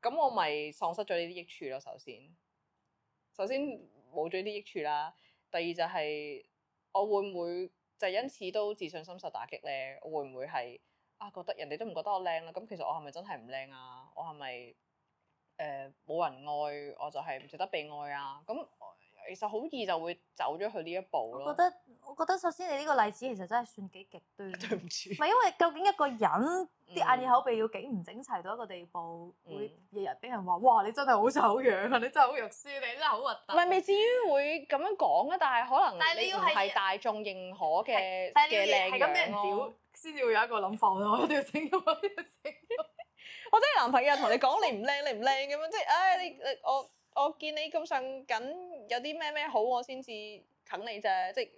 A: 咁我咪喪失咗呢啲益處咯。首先，首先冇咗呢啲益處啦。第二就係、我會唔會就因此都自信心受打擊咧？我會唔會係啊覺得人哋都唔覺得我靚啦？咁其實我係咪真係唔靚啊？我係咪誒冇人愛？我就係唔值得被愛啊？咁其實好易就會走咗去呢一步咯。
B: 我覺得我覺得首先你呢個例子其實真係算幾極端。
A: 對唔住
B: 唔，係因為究竟一個人啲眼
A: 嗯
B: 耳口鼻要幾唔整齊到一個地步，會
A: 嗯
B: 日日俾人話
C: 哇！你真係好醜樣啊！你真係好肉酸，你真係好核突。啊
A: 唔係未至於會咁樣講啊，但係可能
B: 但係你
A: 你
B: 要
A: 唔
B: 係
A: 係大眾認可嘅
C: 但係
A: 嘅
C: 你要
A: 靚
C: 係咁俾人
A: 樣
C: 屌
A: 咯。，
C: 先至會有一個諗法咯。我一定要整容，我一定要整容。
A: 我真係男朋友同你講你唔靚，你唔靚咁樣，即係唉你你我我見你咁上緊，有啲咩咩好我先至啃你啫，即係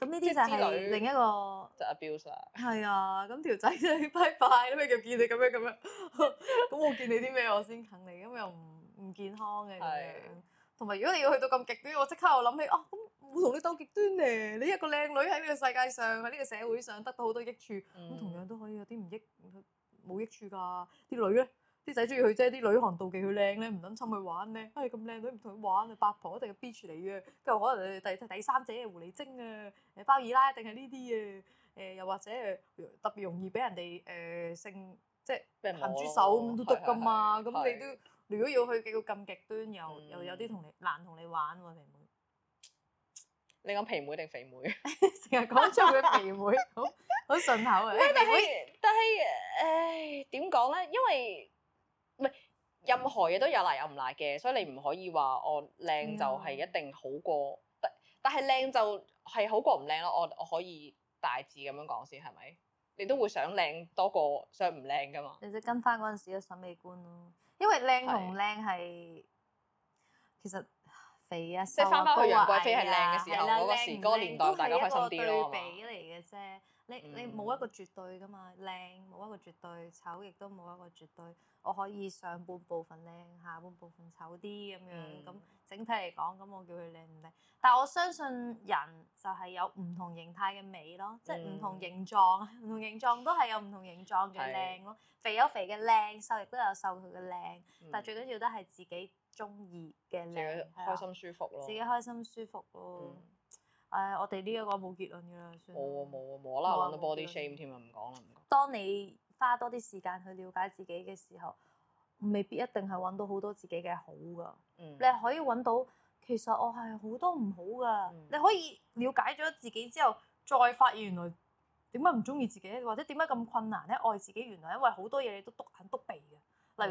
C: 咁呢啲
A: 即
C: 就
A: 係之
C: 係
A: 類
C: 另一個
A: 就 abuse 啦。
C: 係啊。咁條仔真係拜拜啦咩叫見你咁樣咁樣？ 咁我見你啲咩我先啃你，咁又唔唔健康嘅咁
A: 係
C: 樣。同埋如果你要去到咁極端，我即刻又諗起啊，咁我同你鬥極端咧。你一個靚女喺呢個世界上喺呢個社會上得到好多益處。咁
A: 嗯
C: 同樣都可以有啲唔益冇益處㗎。啲女咧，啲仔中意佢啫，啲女可能妒忌佢靚咧，唔撚侵佢玩咧。唉、咁靚女唔同佢玩啊，八婆一定係 b i t 你嘅，跟住可能誒第第三者係狐狸精啊，誒包二奶一定係呢啲啊，誒、又或者誒特別容易俾人哋誒、性即係
A: 俾人
C: 鹹
A: 摸
C: 豬
A: 咯
C: 手咁都得
A: 係係
C: 㗎嘛。
A: 係
C: 咁你
A: 係
C: 都如果要去叫咁極端，又又有啲
A: 嗯
C: 同你難同你玩喎， 明唔明？
A: 你講皮妹定肥妹？
C: 成日講咗佢肥妹，好好順口啊！
A: 喂
C: 肥
A: 但
C: 妹
A: 係但係，唉，點講咧？因為唔係任何嘢都有辣有唔辣嘅，所以你唔可以話我靚就
C: 嗯
A: 係一定好過，但但係靚就係好過唔靚咯。我我可以大致咁樣講先，係咪？你都會想靚多過想唔靚噶嘛？
B: 你即係跟翻嗰陣時嘅審美觀咯。
C: 因為靚同靚係其實肥啊，
A: 即係
C: 瘦
A: 返
C: 啊
A: 返去
C: 高啊
A: 楊貴妃係
C: 矮啊
A: 靚嘅時候
C: 係啦
A: 嗰個
C: 靚
A: 時
C: 唔
A: 嗰個
C: 靚
A: 年
C: 都
A: 代大
C: 係
A: 家
C: 一
A: 開心
C: 個
A: 啲咯
C: 對
A: 係嘛
C: 比嚟嘅啫，你你
A: 嗯
C: 冇一個絕對噶嘛，靚冇一個絕對，醜亦都冇一個絕對。我可以上半部分靚，下半部分醜啲咁樣，咁、
A: 嗯
C: 整體嚟講，咁我叫佢靚唔靚？但我相信人就係有唔同形態嘅美咯，即係唔同
A: 嗯
C: 形狀，啊 唔同形狀都係有唔同形狀嘅
A: 係
C: 靚咯。肥有肥嘅靚，瘦亦都有瘦佢嘅靚。但係最
A: 嗯
C: 緊要都係自己中意嘅
A: 自己
C: 靚，係啊
A: 開心舒服咯。
C: 自己開心舒服咯
A: 嗯。
C: 誒，我哋呢一個冇結論嘅啦，算啦。
A: 冇啊冇啊冇啦，
C: 冇啊
A: 揾到
C: 冇
A: body
C: 結論
A: shame 添啊！唔講啦唔講。
C: 當你花多啲時間去了解自己嘅時候，未必一定係揾到好多自己嘅好噶。
A: 嗯
C: 你係可以揾到其實我係好多唔好噶。
A: 嗯
C: 你可以了解咗自己之後，再發現原來點解唔中意自己，或者點解咁困難咧？愛自己原來因為好多嘢你都篤眼篤鼻嘅，例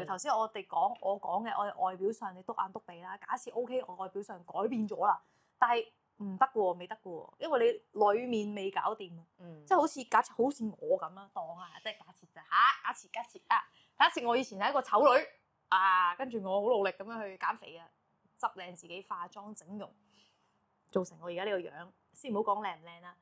A: 嗯
C: 如頭先我哋講我講嘅，我哋外表上你篤眼篤鼻啦，假設 OK，我外表上改變咗啦，但係唔得嘅喎，未得嘅喎，因為你裡面未搞掂啊。
A: 嗯，
C: 即係好似假設好似我咁啦，當啊，即係假設就嚇、假設假設啊，假設我以前係一個醜女啊，跟住我好努力咁樣去減肥啊，執靚自己化妝整容，造成我而家呢個樣，先唔好講靚唔靚啦，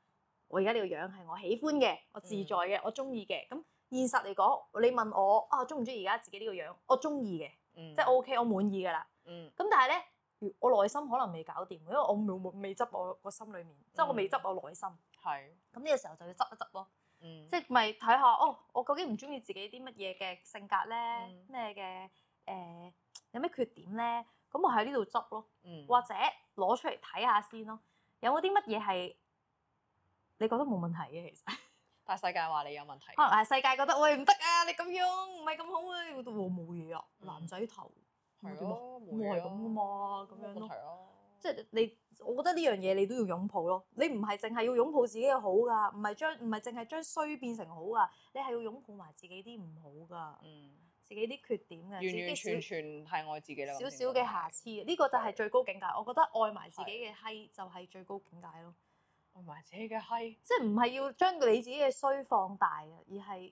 C: 我而家呢個樣係我喜歡嘅，我自在嘅，我中意嘅。咁現實嚟講，你問我啊，中唔中意而家自己呢個樣？我中意嘅，
A: 即
C: 即係 OK，我滿意㗎啦。
A: 嗯
C: 咁但係咧，如我內心可能未搞掂，因為我冇冇未執我個心裏面，即係我未執我內心。
A: 係
C: 咁呢個時候就要執一執咯。
A: 嗯
C: 即係咪睇下哦，我究竟唔中意自己啲乜嘢嘅性格咧
A: 嗯，
C: 咩嘅誒有咩缺點咧？咁我喺呢度執咯，
A: 嗯
C: 或者攞出嚟睇下先咯，有冇啲乜嘢係你覺得冇問題嘅？其實
A: 但世界話你有問題，
C: 可能係世界覺得喂唔得啊，你咁樣唔係咁好啊，我都話冇嘢啊，
A: 嗯
C: 男仔頭
A: 係
C: 咁點啊
A: 咯，
C: 我係咁噶嘛，咁
A: 咯
C: 樣咯
A: 冇問題。咯，
C: 即係你，我覺得呢樣嘢你都要擁抱咯。你唔係淨係要擁抱自己嘅好㗎，唔係將唔係淨係將衰變成好㗎，你係要擁抱埋自己啲唔好㗎，
A: 嗯，
C: 自己啲缺點嘅，
A: 完
C: 自己
A: 完全
C: 啲
A: 全係我自己啦，
C: 少
A: 咁
C: 少
A: 先
C: 少
A: 覺得
C: 嘅瑕疵。呢個就係最高境界。我覺得愛埋自己嘅閪就係最高境界咯。
A: 同埋自己嘅閪，
C: 即係唔係要將你自己嘅衰放大嘅，而係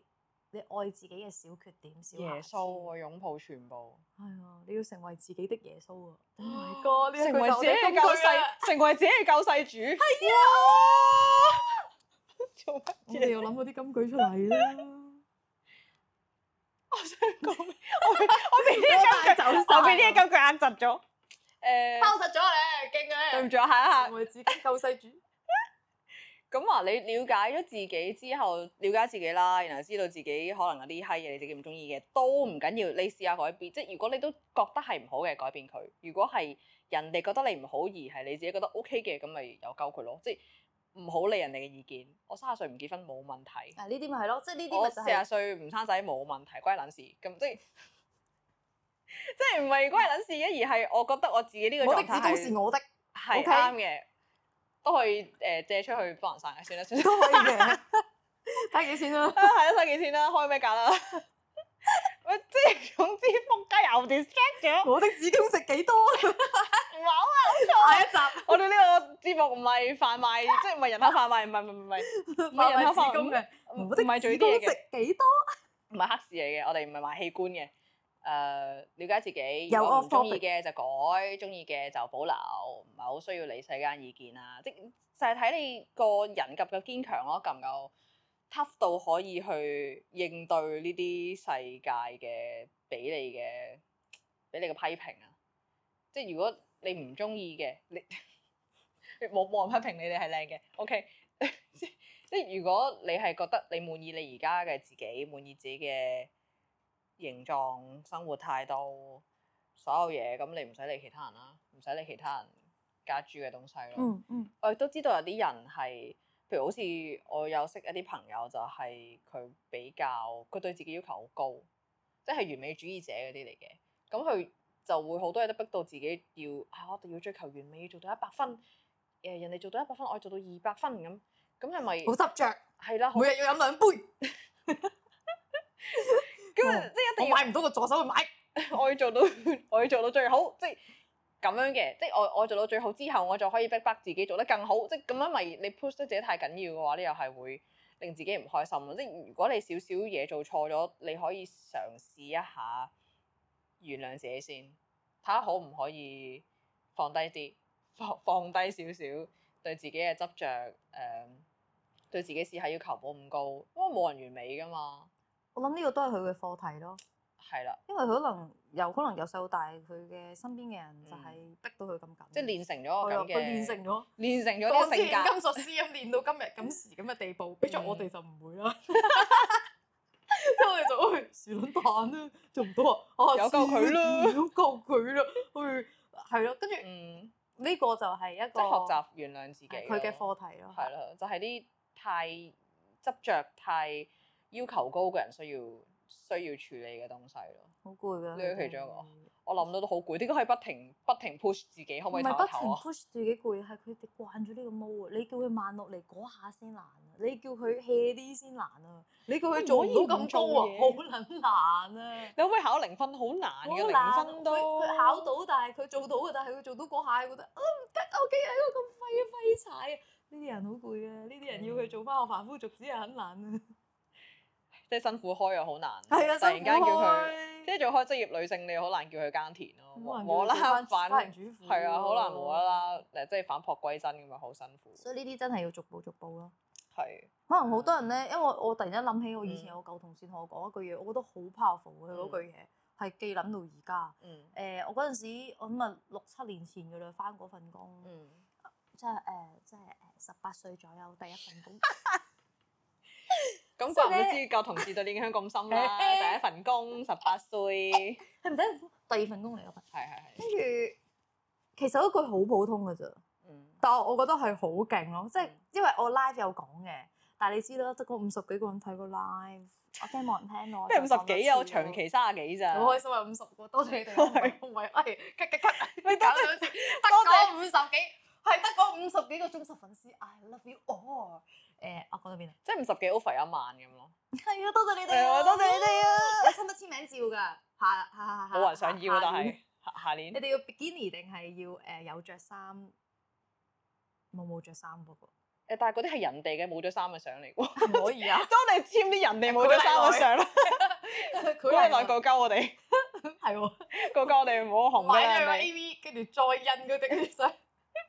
C: 你愛自己嘅小缺點、小
A: 耶
C: 瑕疵。
A: 穌我擁抱全部，
C: 係啊，你要成為自己的耶穌啊！Oh my god！呢一
A: 成
C: 句就
A: 為
C: 係
A: 自
C: 我
A: 己
C: 哋
A: 嘅
C: 金句
A: 救
C: 啊
A: 世，成為自己嘅救世主。係啊， 做乜嘢？
C: 我哋要諗嗰啲金句出嚟啦。
A: 我想講，我俾我俾呢
C: 我
A: 啲
C: 帶
A: 金
C: 走
A: 句，
C: 晒
A: 我俾呢啲金句壓窒咗。誒，
C: 實咗你，勁
A: 對唔住，啊下一下。
C: 我哋自己救世主。
A: 咁啊，你了解咗自己之後，了解自己啦，然後知道自己可能有啲閪嘢你自己唔中意嘅，都唔緊要，你試下改變。即係如果你都覺得係唔好嘅，改變佢；如果係人哋覺得你唔好而係你自己覺得 OK 嘅，咁咪由鳩佢咯。即係唔好理人哋嘅意見。我三十歲唔結婚冇問題，
C: 啊，呢啲咪係咯，即係呢啲
A: 我
C: 咪就
A: 四
C: 係
A: 十歲唔生仔冇問題，關你撚事。咁即係即係唔係關你撚事嘅，而係我覺得我自己呢個
C: 我的
A: 狀態
C: 子都是
A: 係
C: 我的，
A: 係
C: OK
A: 啱嘅，都可以誒借出去幫人散嘅，算啦算啦。
C: 都可以嘅。睇幾錢啦？
A: 啊，係啦，睇幾錢啦，開咩價啦？ 我即係總之，仆街又 distract 咗，
C: 我的子宮食幾多？
A: 唔好啊！
C: 下一集
A: 我哋呢個節目唔係販賣，即係唔係人口販賣，唔係唔係唔係唔係人口
C: 子
A: 販
C: 宮
A: 賣
C: 嘅，，
A: 唔
C: 我的
A: 唔
C: 子
A: 係做呢啲嘢
C: 宮
A: 嘅，
C: 食幾多？
A: 唔係黑市嚟嘅，我哋唔係賣器官嘅。誒、了解自己，
C: 有
A: 如果唔
C: off
A: 中意
C: topic
A: 嘅就改，中意嘅就保留，唔係好需要理世間意見啦。即就係睇你個人夠唔夠堅強咯，夠唔夠 tough 到可以去應對呢啲世界嘅俾你嘅俾你嘅批評啊！即係如果你唔中意嘅，你 你冇冇人批評你，你係靚嘅，OK 即。即係如果你係覺得你滿意你而家嘅自己，滿意自己嘅形狀、生活態度、所有嘢，咁你唔使理其他人啦，唔使理其他人加注嘅東西咯。
C: 嗯嗯，
A: 我亦都知道有啲人係，譬如好似我有識一啲朋友，就係佢比較佢對自己要求好高，即係完美主義者嗰啲嚟嘅。咁佢就會好多嘢都逼到自己要，啊、我哋要追求完美，要做到一百分。誒、人哋做到一百分，我要做到二百分咁，咁係咪
C: 好執着，
A: 係啦？好
C: 每日要飲兩杯。
A: 咁啊
C: 哦
A: 即係一
C: 我
A: 定要
C: 買唔到個助手去買。
A: 我要做到，我要做到最好，即係咁樣嘅，即係我我做到最好之後，我就可以逼迫自己做得更好，即係咁樣咪你 push 得自己太緊要嘅話，你又係會令自己唔開心咯。即係如果你少少嘢做錯咗，你可以嘗試一下原諒自己先，睇下可唔可以放低啲， 放放低少少對自己嘅執着，誒、對自己試下要求冇咁高，因為冇人完美噶嘛，
C: 我諗呢個都係佢嘅課題咯，
A: 係啦。
C: 因為佢可能由可能由細到大，佢嘅身邊嘅人就係逼到佢咁緊，
A: 即係練成咗
C: 係
A: 個
C: 啊
A: 咁
C: 佢
A: 嘅，
C: 練成咗。
A: 練成咗呢
C: 當
A: 個
C: 之
A: 性格，嗯
C: 年金屬師咁練到今日咁時咁嘅地步，俾咗我哋就唔會啦。即係我哋就唉，是卵蛋啦，做唔到啊！啊
A: 有救佢啦
C: 有救佢啦，去係咯。跟住
A: 嗯，
C: 呢個就係一
A: 即
C: 個
A: 係學習原諒自己
C: 係佢嘅
A: 咯
C: 課題咯。
A: 係啦，就係啲太執着、太要求高嘅人需要需要處理嘅東西咯。
C: 好攰㗎。
A: 呢個
C: 佢哋
A: 其中一個我諗到都好攰，點解可以不停不停 push 自己？可唔
C: 唔
A: 可以
C: 係
A: 唞
C: 不
A: 一
C: 停
A: 唞啊？
C: push 自己攰，係佢哋慣咗呢個毛啊！你叫佢慢落嚟嗰下先難啊！你叫佢 hea 啲先難啊！你叫
A: 喂
C: 佢
A: 唔
C: 做
A: 可以
C: 唔到
A: 唔
C: 咁
A: 做
C: 高啊，
A: 嘢
C: 好撚難啊！
A: 你可唔可以考零分？好難
C: 好
A: 嘅
C: 難
A: 零分都。
C: 佢佢考到，但係佢做到嘅，但係佢做到嗰下，佢覺得啊唔得，我竟然係一個咁廢嘅廢柴啊！呢啲人好攰啊！呢啲人
A: 嗯
C: 要佢做翻個凡夫俗子係很難啊！
A: 即係辛苦開啊，好難。
C: 係啊，
A: 突然
C: 辛苦
A: 間叫佢，
C: 開
A: 即係做開職業女性，你好難叫佢耕田 咯，
C: 好難
A: 無無啦啦
C: 叫佢做返家
A: 反
C: 庭主婦
A: 係啊，好難
C: 喎
A: 無啦啦誒，即係反璞歸真咁樣，好辛苦。
C: 所以呢啲真係要逐步逐步咯。
A: 係
C: 可能好多人咧，因為我突然間諗起我以前
A: 嗯
C: 有個舊同事同我講一句嘢，我覺得好 powerful 佢嗰句嘢，係記諗到而家。
A: 嗯
C: 誒、我嗰陣時我諗啊六七年前㗎啦，翻嗰份工，
A: 嗯，
B: 即係誒，即係誒十八歲左右第一份工。
A: 咁
C: 即係
A: 怪唔得
C: 咧
A: 知個同事對你影響咁深 啦。第一份工，十八歲，係
C: 係唔第一份工第二份工嚟嗰份，
A: 係係，
C: 跟住其實嗰句好普通㗎咋，
A: 嗯
C: 但我覺得係好勁咯，即係
A: 嗯
C: 因為我 live 有講嘅，但係你知啦，得嗰五十幾個人睇個 live，我驚冇人聽我。
A: 即係五十幾啊，我
C: 就講多次
A: 長期三十幾咋。
C: 好開心啊！五十個，多謝你哋啊。唔係唔係，哎，咳咳咳，
A: 喂
C: 搞
A: 多
C: 咗先，得嗰五十幾，係得嗰五十幾個忠實粉絲，I love you all。誒，我講到邊啊？
A: 即係五十幾 offer 一萬咁咯，
C: 係啊，多謝你哋
A: 係
C: 啊！
A: 啊多謝你哋
C: 啊！我親筆簽名照㗎，下下下下。
A: 冇人想要，啊
C: 下
A: 但
C: 下
A: 係
C: 年
A: 下下年
C: 你哋要 bikini 定係要誒呃有着衫？我冇着衫嗰個，
A: 誒，但係嗰啲係人哋嘅冇咗衫嘅相嚟喎。
C: 唔可以啊！
A: 當你簽啲人哋冇咗衫嘅相 啦，
C: 佢
A: 佢係來告鳩我哋，
C: 係喎，
A: 告鳩我哋唔好紅
C: 買咗
A: 啦
C: 個
A: 人哋。
C: AV，跟住再印嗰啲相。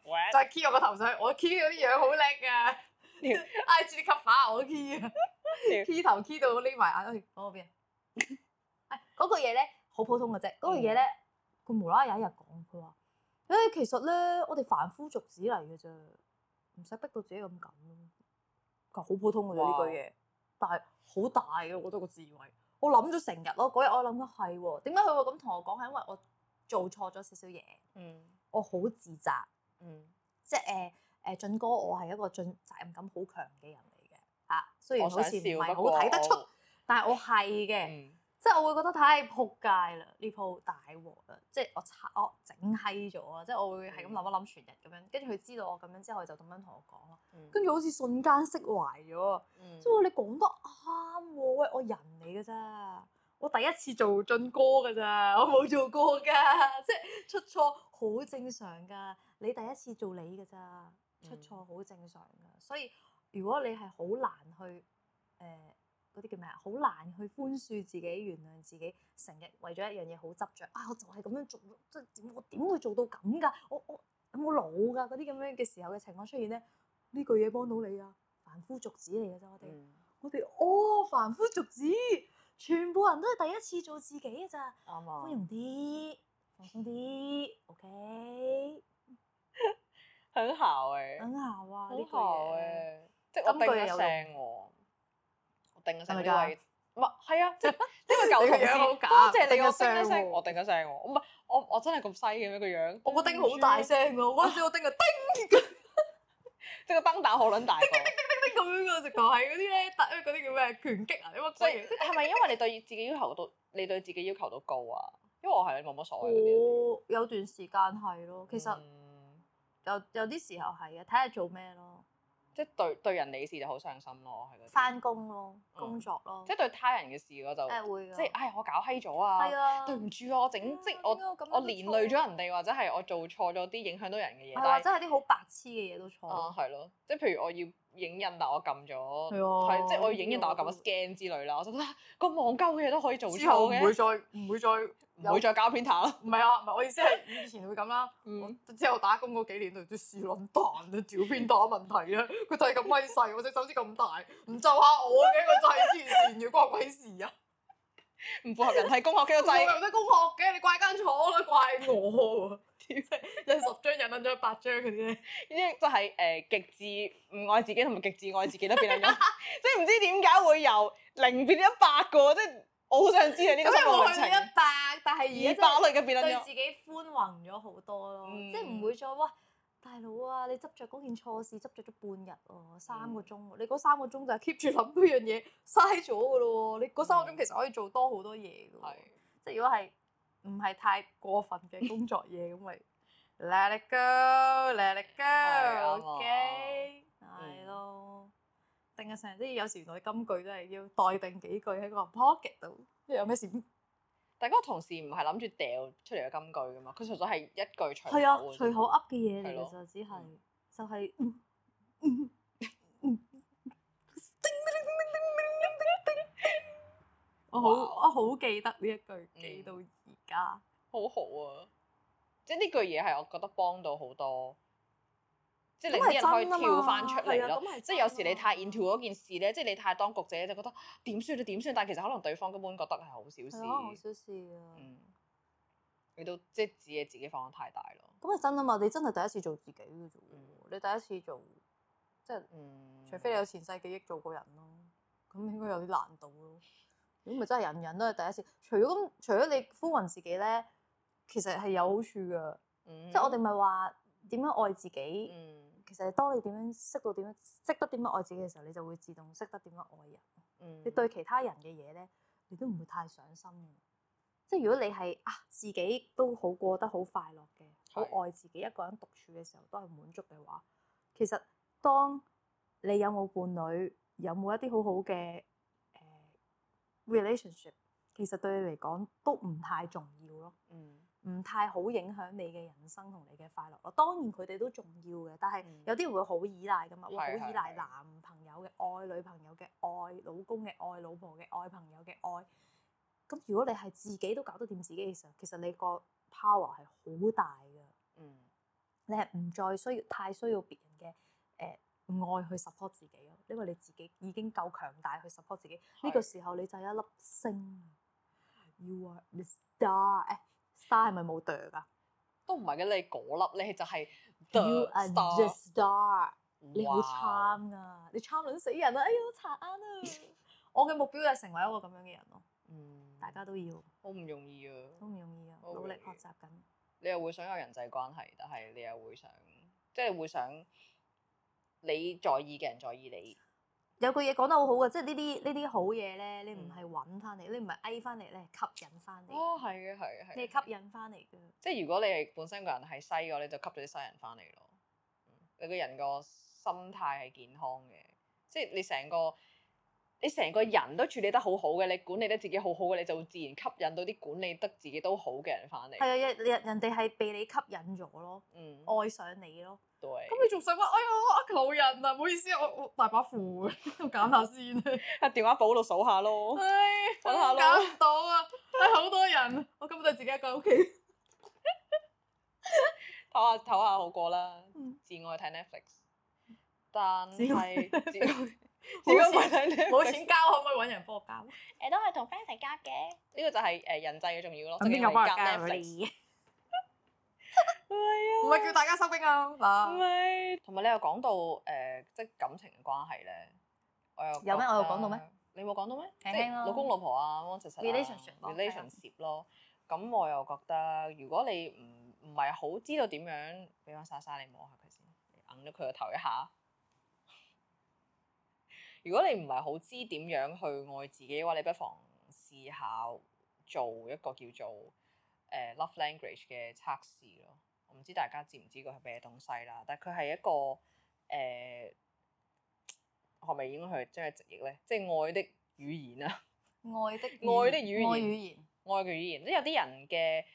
A: 喂
C: 再 key 我個頭上去，我 key 嗰啲樣好叻啊
A: 屌
C: ！IG 啲 cover 我 key 啊
A: 屌
C: ，key 頭 key 到匿埋眼，哎講到 邊啊？哎嗰句嘢咧好普通嘅啫，嗰句嘢
A: 嗯
C: 咧佢無啦啦有一日講，佢話：，誒其實咧我哋凡夫俗子嚟嘅啫，唔使逼到自己咁緊咯。佢話好普通嘅啫呢
A: 哇
C: 句嘢，但係好大嘅，我覺得個智慧。我諗咗成日咯，嗰日我諗咗係喎，點解佢會咁同我講？係因為我做錯咗少少嘢，
A: 嗯
C: 我好自責。
A: 嗯，
C: 即係誒誒俊哥，我係一個盡責任感好強嘅人嚟嘅嚇。雖然
A: 我
C: 好
A: 想
C: 似唔
A: 笑，
C: 係
A: 不
C: 好
A: 過
C: 睇得
A: 我
C: 出，但係我係嘅，
A: 嗯
C: 即係我會覺得太仆街啦，呢鋪大鑊啦，即係我拆我整閪咗啊！即係我會
A: 嗯
C: 係咁諗一諗全日咁樣，跟住佢知道我咁樣之後就咁樣同我講咯，
A: 嗯
C: 跟住好似瞬間釋懷咗啊！
A: 嗯
C: 即係話你講得啱喎，喂，我人嚟嘅咋，我第一次做進哥嘅咋， 我冇做過㗎，即係出錯好正常㗎。你第一次做你嘅咋，出
A: 嗯
C: 錯好正常㗎。所以如果你係好難去誒嗰啲叫咩啊，好難去寬恕自己、原諒自己，成日為咗一樣嘢好執着。啊，我就係咁樣做，即係點我點會做到咁㗎？我我有冇腦㗎？嗰啲咁樣嘅時候嘅情況出現咧，呢句嘢幫到你啊！凡夫俗子嚟嘅啫，我哋。
A: 嗯
C: 我哋哦，凡夫俗子，全部人都係第一次做自己嘅咋，
A: 啱
C: 寬
A: 啊，
C: 容啲，放鬆啲，OK，
A: 很欸姣誒，很姣誒，
C: 等下啊，呢句嘢，
A: 即係我
C: 今句
A: 定
C: 嘢
A: 咗
C: 有
A: 聲喎，我定咗聲
C: 係咪㗎
A: 呢位，唔係係 啊，即係呢個舊同
C: 你個樣好
A: 事，
C: 假
A: 多謝你，
C: 定咗
A: 我定咗
C: 聲
A: 聲，
C: 喎
A: 我定咗聲喎，唔係我我真係咁細嘅咩個樣？
C: 我個叮好大聲㗎，我嗰陣時我叮個叮
A: 即係個燈膽好撚大個。
C: 叮咁樣啊嘅，直頭係嗰啲咧，特嗰啲叫咩拳擊啊，你
A: 所
C: 乜鬼
A: 以
C: 嘢？
A: 係咪因為你對自己要求到，你對自己要求到高啊？因為我係冇乜所謂嗰啲人嚟。
C: 我有段時間係咯，哦其實
A: 嗯
C: 有有啲時候係嘅，睇下做咩咯，
A: 即係對對人理事就好上心咯，我係嗰啲
C: 翻，工咯，
A: 嗯
C: 工作咯
A: 即，係對他人嘅事我就
C: 真係會㗎，
A: 即係唉，我搞閪咗啊！
C: 係啊，嗯
A: 對唔住啊，我整即係我
C: 我
A: 我連累咗人哋，或者係我做錯咗啲影響到人嘅嘢。
C: 係或
A: 但
C: 者
A: 係
C: 係啲好白痴嘅嘢都錯。
A: 啊，係咯，即係譬如我要影印，但我撳咗
C: 係啊
A: 係即係我要影印，但我撳
C: 呢啲我
A: 咗
C: 都
A: scan 之類啦，我就覺得啊個網鳩嘅嘢都可以做
C: 之後
A: 錯
C: 唔會
A: 嘅，
C: 再唔會再
A: 唔會再搞 printer 啦。
C: 唔係啊，唔係我意思係以前會 咁啦。
A: 嗯
C: 我之後打工嗰幾年就都試撚彈啊，屌偏打問題啊，佢就係咁威勢，我隻手指咁大，唔就下我嘅，佢就係黐線嘅，關我鬼事啊！
A: 唔符合人體工學嘅個
C: 我
A: 掣。
C: 又得工學嘅，你怪間廠啦，怪我喎！ 屌，即係印十張印印咗八張嗰啲咧，
A: 呢啲就係、誒、呃極致唔愛自己同埋極致愛自己都變咗， 即係唔知點解會由零變一百個，即係我好想知啊呢個心路歷程。
C: 百，但係
A: 二百類嘅變
C: 對
A: 咗
C: 自，己寬宏咗好多咯，
A: 嗯
C: 即係唔會再哇大佬啊！你執着嗰件錯事執着咗半日喎，三個鐘
A: 嗯
C: 喎，你嗰三個鐘就係 keep 住諗嗰樣嘢，嘥咗噶咯喎！你嗰三個鐘
A: 嗯
C: 其實可以做多好多嘢噶喎
A: 係，
C: 即係如果係唔係太過分嘅工作嘢咁咪 let it go，let it
A: 係啱啊
C: go，OK，係咯。
H: 定嘅成日，即係有時原來金句真係要待定幾句喺個 pocket 度，即係有咩事
A: 但係嗰個同事唔係諗住掉出嚟嘅金句噶嘛，佢純粹係一句隨口
C: 係啊，
A: 嘅啫
C: 隨口噏嘅嘢
A: 係
C: 嚟
A: 咯
C: 嘅就只係
A: 嗯
C: 就係嗯嗯
H: 我好
A: 哇
H: 我好記得呢一句，記
A: 嗯
H: 到而家。
A: 好好啊！即係呢句嘢係我覺得幫到好多，即係令
H: 咁係
A: 啲人可以
H: 真啊
A: 跳翻出
H: 係
A: 嚟
H: 啊
A: 咯
H: 咁係。
A: 即係有
H: 真
A: 時
H: 啊
A: 你太 into 嗰件事咧，即係你太當局者就覺得點算啊就點算，但係其實可能對方根本覺得係好小
C: 係啊，好
A: 事。
C: 小事啊。
A: 嗯，你都即係自己自己放得太大咯。
C: 咁係真啊嘛，你真係第一次做自己嘅啫
A: 嗯
C: 喎，你第一次做，即係
A: 嗯，
H: 除非你有前世記憶做過人咯，咁應該有啲難度咯。如果唔係真係人人都係第一次，除咗咁，除咗你呼喚自己咧，其實係有好處噶。
A: 你
C: 即係我哋咪話點樣愛自己，
A: 嗯
C: 其實係當你點樣識到點樣識得點樣愛自己嘅時候，你就會自動識得點樣愛人。
A: 嗯，
C: 你對其他人嘅嘢咧，你都唔會太上心嘅。即係如果你係啊自己都好過得好快樂嘅，好
A: 係
C: 愛自己一個人獨處嘅時候都係滿足嘅話，其實當你有冇伴侶，有冇一啲好好嘅誒、呃 relationship，其實對你嚟講都唔太重要咯。
A: 嗯
C: 唔太好影響你嘅人生同你嘅快樂咯。當然佢哋都重要嘅，但係
A: 嗯
C: 有啲人會好依賴噶嘛，會好
A: 係係
C: 依賴
A: 係
C: 男朋友嘅愛、女朋友嘅愛、老公嘅愛、老婆嘅愛、朋友嘅愛。咁如果你係自己都搞得掂自己嘅時候，其實你個 power 係好大嘅，
A: 嗯
C: 你係唔再需要太需要別人嘅誒、呃愛去 support 自己咯，因為你自己已經夠強大去 support 自己。呢
A: 係
C: 個時候你就係一粒星，You 啊 are the star、哎。star 係咪冇啊哚㗎？
A: 都唔係嘅，你嗰粒你就係
C: You are the
A: star
C: star，你
H: 哦
C: 好
A: 哇
C: charm 啊！你 charm 撚死人啊！哎呀，好慘啊！ 我嘅目標就係成為一個咁樣嘅人咯，
A: 嗯，
C: 大家都要，
A: 好唔容易啊！
C: 都唔容易啊，
A: 好
C: 努力
A: 容易
C: 學習緊。
A: 你又會想有人際關係，但係你又會想，即係會想你在意嘅人在意你。
C: 有句嘢講得好好嘅，即係呢啲呢啲好嘢咧，你唔
H: 嗯
C: 係揾翻嚟，你唔係翳翻嚟，你係吸引翻嚟，
A: 哦，係嘅，係嘅，係嘅。
C: 你係吸引翻嚟嘅。
A: 即係如果你係本身個人係西嘅，你就吸咗啲西人翻嚟咯。嗯你個人個心態係健康嘅，即係你成個你成個人都處理得好好嘅，你管理得自己好好嘅，你就會自然吸引到啲管理得自己都好嘅人翻嚟。
C: 係啊，人人人哋係被你吸引咗咯，
A: 嗯，
C: 愛上你咯。
A: 對。
H: 咁你仲想話？哎呀，我求人啊！唔好意思，我我大把負嘅， 我揀下先啊。
A: 喺電話簿度數下咯。
C: 嗯
H: 唉，
A: 揾下咯
H: 揀唔到啊！唉，好多人，我根本就自己一個喺屋企。
A: 唞下唞下好過啦，
H: 嗯
A: 自愛睇 Netflix，但係自愛 自愛
H: 冇
A: 咪
H: 錢
A: 睇 Netflix，
H: 冇錢交，可唔可以揾人幫我交？
G: 誒都係同 friend 一齊加嘅。
A: 呢個就係誒人際嘅重要咯，
H: 咁
A: 即係
H: 邊
A: 因
H: 個
A: 為
H: 幫人
A: 夾
H: 加
A: Netflix，
H: 唔
A: 係
H: 係叫大家收兵啊！
A: 啊，
H: 嗱，
A: 咪同埋你又講到誒即係感情嘅關係咧，我又
C: 有咩我有
A: 覺得
C: 講到咩？
A: 你冇講到咩？即
C: 輕輕
A: 係
C: 咯
A: 老公老婆啊，one 實
C: Relationship 咯係啊
A: relationship 咯。咁我又覺得，如果你唔唔係好知道點樣，俾翻莎莎你摸下佢先，你揞咗佢個頭一下。如果你唔係好知點樣去愛自己嘅話，你不妨試下做一個叫做誒、呃 love language 嘅測試咯。我唔知大家知唔知佢係咩東西啦，但係佢係一個誒，呃係、咪應該去將佢直譯咧？即係愛的語言啊！
H: 愛的
A: 語愛的語言
H: 愛語言，
A: 愛嘅語言，即係有啲人嘅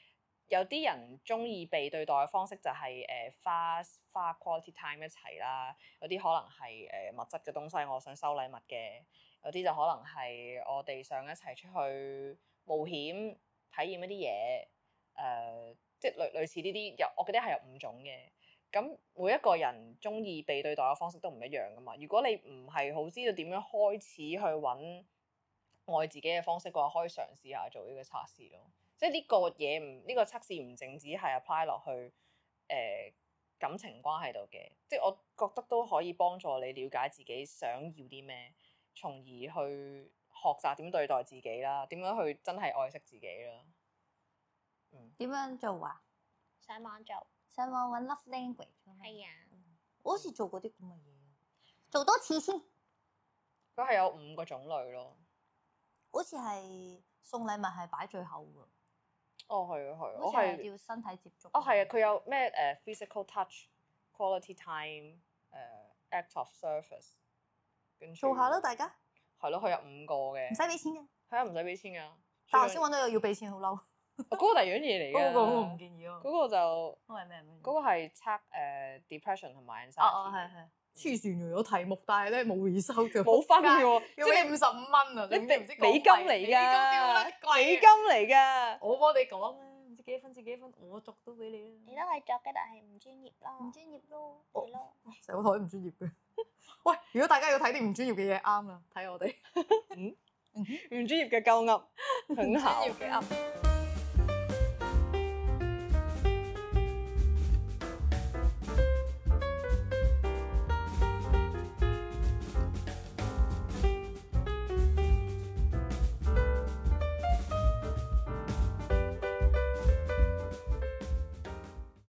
A: 有啲人中意被對待嘅方式就係、誒、花花 quality time 一齊啦，有啲可能係誒、物質嘅東西，我想收禮物嘅，有啲就可能係我哋想一齊出去冒險體驗一啲嘢，誒、即係類類似呢啲有，我記得係有五種嘅。咁每一個人中意被對待嘅方式都唔一樣噶嘛。如果你唔係好知道點樣開始去揾愛自己嘅方式嘅話，可以嘗試下做呢個測試咯。即係呢個嘢唔呢個測試唔淨止係 apply 落去誒、呃感情關係度嘅，即係我覺得都可以幫助你了解自己想要啲咩，從而去學習點對待自己啦，點樣去真係愛惜自己啦。嗯，
C: 點樣做啊？
G: 上網做
C: 上網揾 love language
G: 係啊，
C: 我好似做過啲咁嘅嘢，做多次先。
A: 佢係有五個種類咯。
C: 好似係送禮物係擺最後㗎，
A: 哦，係啊，係啊，
C: 好
A: 我
C: 似係
A: 係，
C: 要身體接觸。
A: 哦，係啊，佢有咩誒、呃 physical touch、quality time、誒 act of 呃 service、跟住
C: 做下啦，大家
A: 係咯，佢有五個嘅
C: 唔，使俾錢嘅。
A: 係啊，唔使俾錢㗎。
C: 但我先揾到有要俾錢，好嬲。
A: 哦嗰個第二樣嘢嚟㗎。
C: 嗰個我唔建議咯。
A: 嗰個就
B: 因為咩咩？
A: 嗰個係測誒 depression 同埋 anxiety
B: 哦哦係係，
C: 黐線嘅有題目，但係咧冇回收嘅。
A: 冇分嘅喎，即
C: 要俾
A: 係
C: 五十五蚊啊！
A: 你
C: 你
A: 美
C: 唔知
A: 美金嚟㗎，美金嚟㗎。
C: 啊我幫你講啦，唔知幾多分至幾多分，我作都俾你
G: 你都係作嘅，但係唔專業咯。
B: 唔專業咯。
G: 係咯，
C: 成個台唔專業嘅。 喂，如果大家要睇啲唔專業嘅嘢，啱啦，睇我哋。
A: 唔專業嘅鳩噏，
C: 唔
A: 很
C: 專
A: 巧
C: 業。嘅啱。